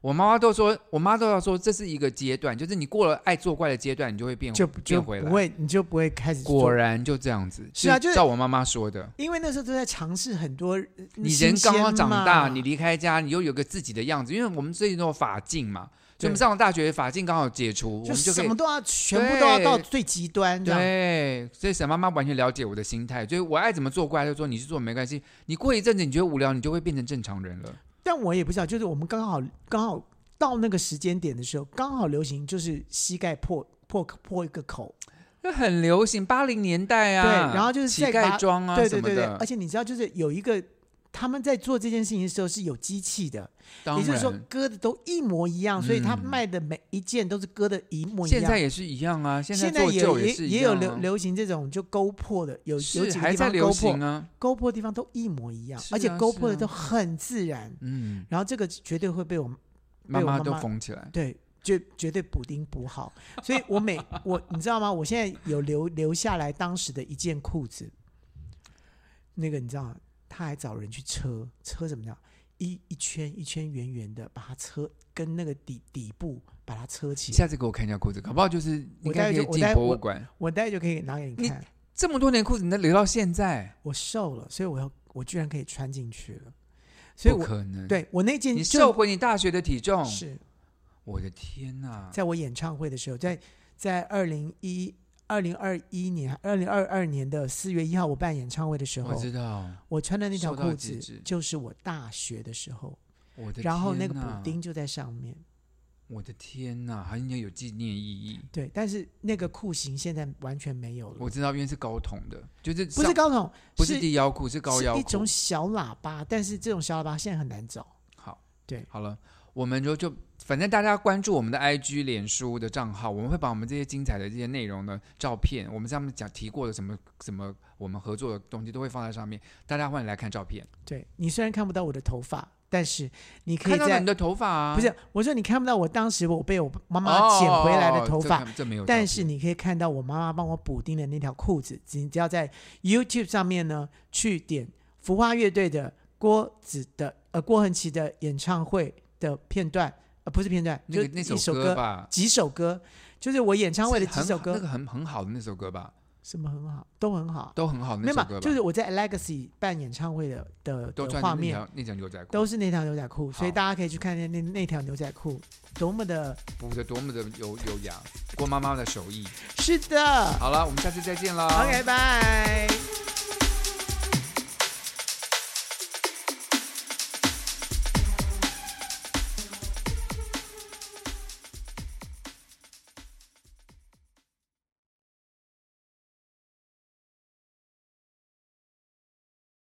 Speaker 2: 我妈妈都说，我妈都要说，这是一个阶段，就是你过了爱作怪的阶段，你就会变
Speaker 1: 就就
Speaker 2: 变回
Speaker 1: 不
Speaker 2: 来。
Speaker 1: 会，你就不会开始做
Speaker 2: 果然就这样子，
Speaker 1: 是啊就是
Speaker 2: 照我妈妈说的。
Speaker 1: 因为那时候都在尝试很多，呃
Speaker 2: 你人刚刚长大，
Speaker 1: 新鲜
Speaker 2: 你
Speaker 1: 嘛
Speaker 2: 离开家，你又有个自己的样子，因为我们最近都有法禁嘛，
Speaker 1: 对
Speaker 2: 所以我们上了大学，法禁刚好解除，我
Speaker 1: 就
Speaker 2: 们就可
Speaker 1: 什
Speaker 2: 以
Speaker 1: 么都要全部都要到最极端，这样
Speaker 2: 对。所以沈妈妈完全了解我的心态，所以我爱怎么做怪就说你去做没关系，你过一阵子你觉得无聊，你就会变成正常人了。
Speaker 1: 但我也不知道，就是我们刚好刚好到那个时间点的时候，刚好流行就是膝盖破破破一个口，
Speaker 2: 那很流行八零年代啊，
Speaker 1: 对，然后就是
Speaker 2: 乞
Speaker 1: 在把
Speaker 2: 丐装啊
Speaker 1: 对
Speaker 2: 什
Speaker 1: 对
Speaker 2: 么
Speaker 1: 对对，
Speaker 2: 的
Speaker 1: 而，且你知道，就是有一个他们在做这件事情的时候是有机器的，
Speaker 2: 当
Speaker 1: 也就是说
Speaker 2: 然
Speaker 1: 割的都一模一样，所以他
Speaker 2: 嗯
Speaker 1: 卖的每一件都是割的一模一样。
Speaker 2: 现在也是一样啊，现
Speaker 1: 现在
Speaker 2: 做
Speaker 1: 也
Speaker 2: 旧
Speaker 1: 也
Speaker 2: 是一
Speaker 1: 也
Speaker 2: 样、
Speaker 1: 有
Speaker 2: 啊、
Speaker 1: 流流行这种就勾破的，有有
Speaker 2: 是
Speaker 1: 几个
Speaker 2: 还
Speaker 1: 地
Speaker 2: 在
Speaker 1: 方
Speaker 2: 流
Speaker 1: 勾破
Speaker 2: 行，啊，
Speaker 1: 勾破的地方都一模一样，
Speaker 2: 是
Speaker 1: 而且
Speaker 2: 啊
Speaker 1: 勾
Speaker 2: 是
Speaker 1: 破的
Speaker 2: 啊
Speaker 1: 都很自然。
Speaker 2: 嗯，
Speaker 1: 然后这个绝对会被我们
Speaker 2: 妈
Speaker 1: 我
Speaker 2: 妈
Speaker 1: 妈
Speaker 2: 都
Speaker 1: 妈
Speaker 2: 缝起来，
Speaker 1: 对绝绝对补丁补好，所以我每我你知道吗？我现在有留留下来当时的一件裤子，那个你知道，他还找人去车车怎么样？一一圈一圈圆圆的，把它车跟那个底底部把它车起
Speaker 2: 你
Speaker 1: 来，
Speaker 2: 下次给我看一下裤子，搞不好就是应
Speaker 1: 我待
Speaker 2: 该
Speaker 1: 会
Speaker 2: 可以
Speaker 1: 就我
Speaker 2: 进
Speaker 1: 待
Speaker 2: 博物
Speaker 1: 我
Speaker 2: 馆。
Speaker 1: 我待会就可以拿给
Speaker 2: 你
Speaker 1: 你看。
Speaker 2: 这么多年裤子，你能留到现在？
Speaker 1: 我瘦了，所以我要我居然可以穿进去了，所以
Speaker 2: 不
Speaker 1: 我
Speaker 2: 可能。，
Speaker 1: 对我那件
Speaker 2: 你
Speaker 1: 就
Speaker 2: 瘦回你大学的体重。
Speaker 1: 是
Speaker 2: 我的天哪！
Speaker 1: 在我演唱会的时候，在在二零一二零二一年、二零二二年的四月一号，我办演唱会的时
Speaker 2: 嗯我
Speaker 1: 候，
Speaker 2: 知道，
Speaker 1: 我穿的那条
Speaker 2: 瘦到
Speaker 1: 裤
Speaker 2: 极
Speaker 1: 子
Speaker 2: 致
Speaker 1: 就是我大学的时候，
Speaker 2: 我的天哪。
Speaker 1: 然后那个补丁，就在上面。
Speaker 2: 我的天哪，很有纪念意义。
Speaker 1: 对，但是那个裤型现在完全没有了
Speaker 2: 我，知道，因为是高筒的，就是
Speaker 1: 不是
Speaker 2: 上
Speaker 1: 高筒，
Speaker 2: 不
Speaker 1: 是
Speaker 2: 是低腰裤，是高
Speaker 1: 是
Speaker 2: 腰
Speaker 1: 一
Speaker 2: 裤
Speaker 1: 种。小喇叭，但是这种小喇叭现在很难找。
Speaker 2: 好，
Speaker 1: 对
Speaker 2: 好了，我们就就反正大家关注我们的 IG、脸书的账号，我们会把我们这些精彩的这些内容呢、照片，我们上面讲提过的什么什么我们合作的东西都会放在上面，大家欢迎来看照片，
Speaker 1: 对你虽然看不到我的头发，但是你可以
Speaker 2: 看到了
Speaker 1: 在
Speaker 2: 你的头发啊，
Speaker 1: 不是我说你看不到我当时我被我妈妈剪啊回来
Speaker 2: 哦
Speaker 1: 的头发
Speaker 2: 这，看这没有照片，
Speaker 1: 但是你可以看到我妈妈帮我补丁的那条裤子，只只要在 YouTube 上面呢去点浮花乐队的郭子的呃郭恒奇的演唱会的片段，呃不是片段，
Speaker 2: 那个
Speaker 1: 就
Speaker 2: 那
Speaker 1: 一首
Speaker 2: 歌吧。
Speaker 1: 几首歌，就是我演唱会的
Speaker 2: 是
Speaker 1: 几
Speaker 2: 很
Speaker 1: 首
Speaker 2: 好
Speaker 1: 歌，
Speaker 2: 那个很很好的那首歌吧，
Speaker 1: 什么很好，都很好，
Speaker 2: 都很好的
Speaker 1: 没
Speaker 2: 那
Speaker 1: 有
Speaker 2: 首
Speaker 1: 嘛
Speaker 2: 歌吧，，
Speaker 1: 就是我在 Legacy 办演唱会的的
Speaker 2: 都
Speaker 1: 的
Speaker 2: 穿
Speaker 1: 画
Speaker 2: 着那
Speaker 1: 面。
Speaker 2: 条那条牛仔裤，
Speaker 1: 都是那条牛仔裤，所以
Speaker 2: 好
Speaker 1: 大家可以去看那那那条牛仔裤，多么的
Speaker 2: 补的多么的优优雅，郭妈妈的手艺。
Speaker 1: 是的。
Speaker 2: 好了，我们下次再见啦
Speaker 1: OK，拜。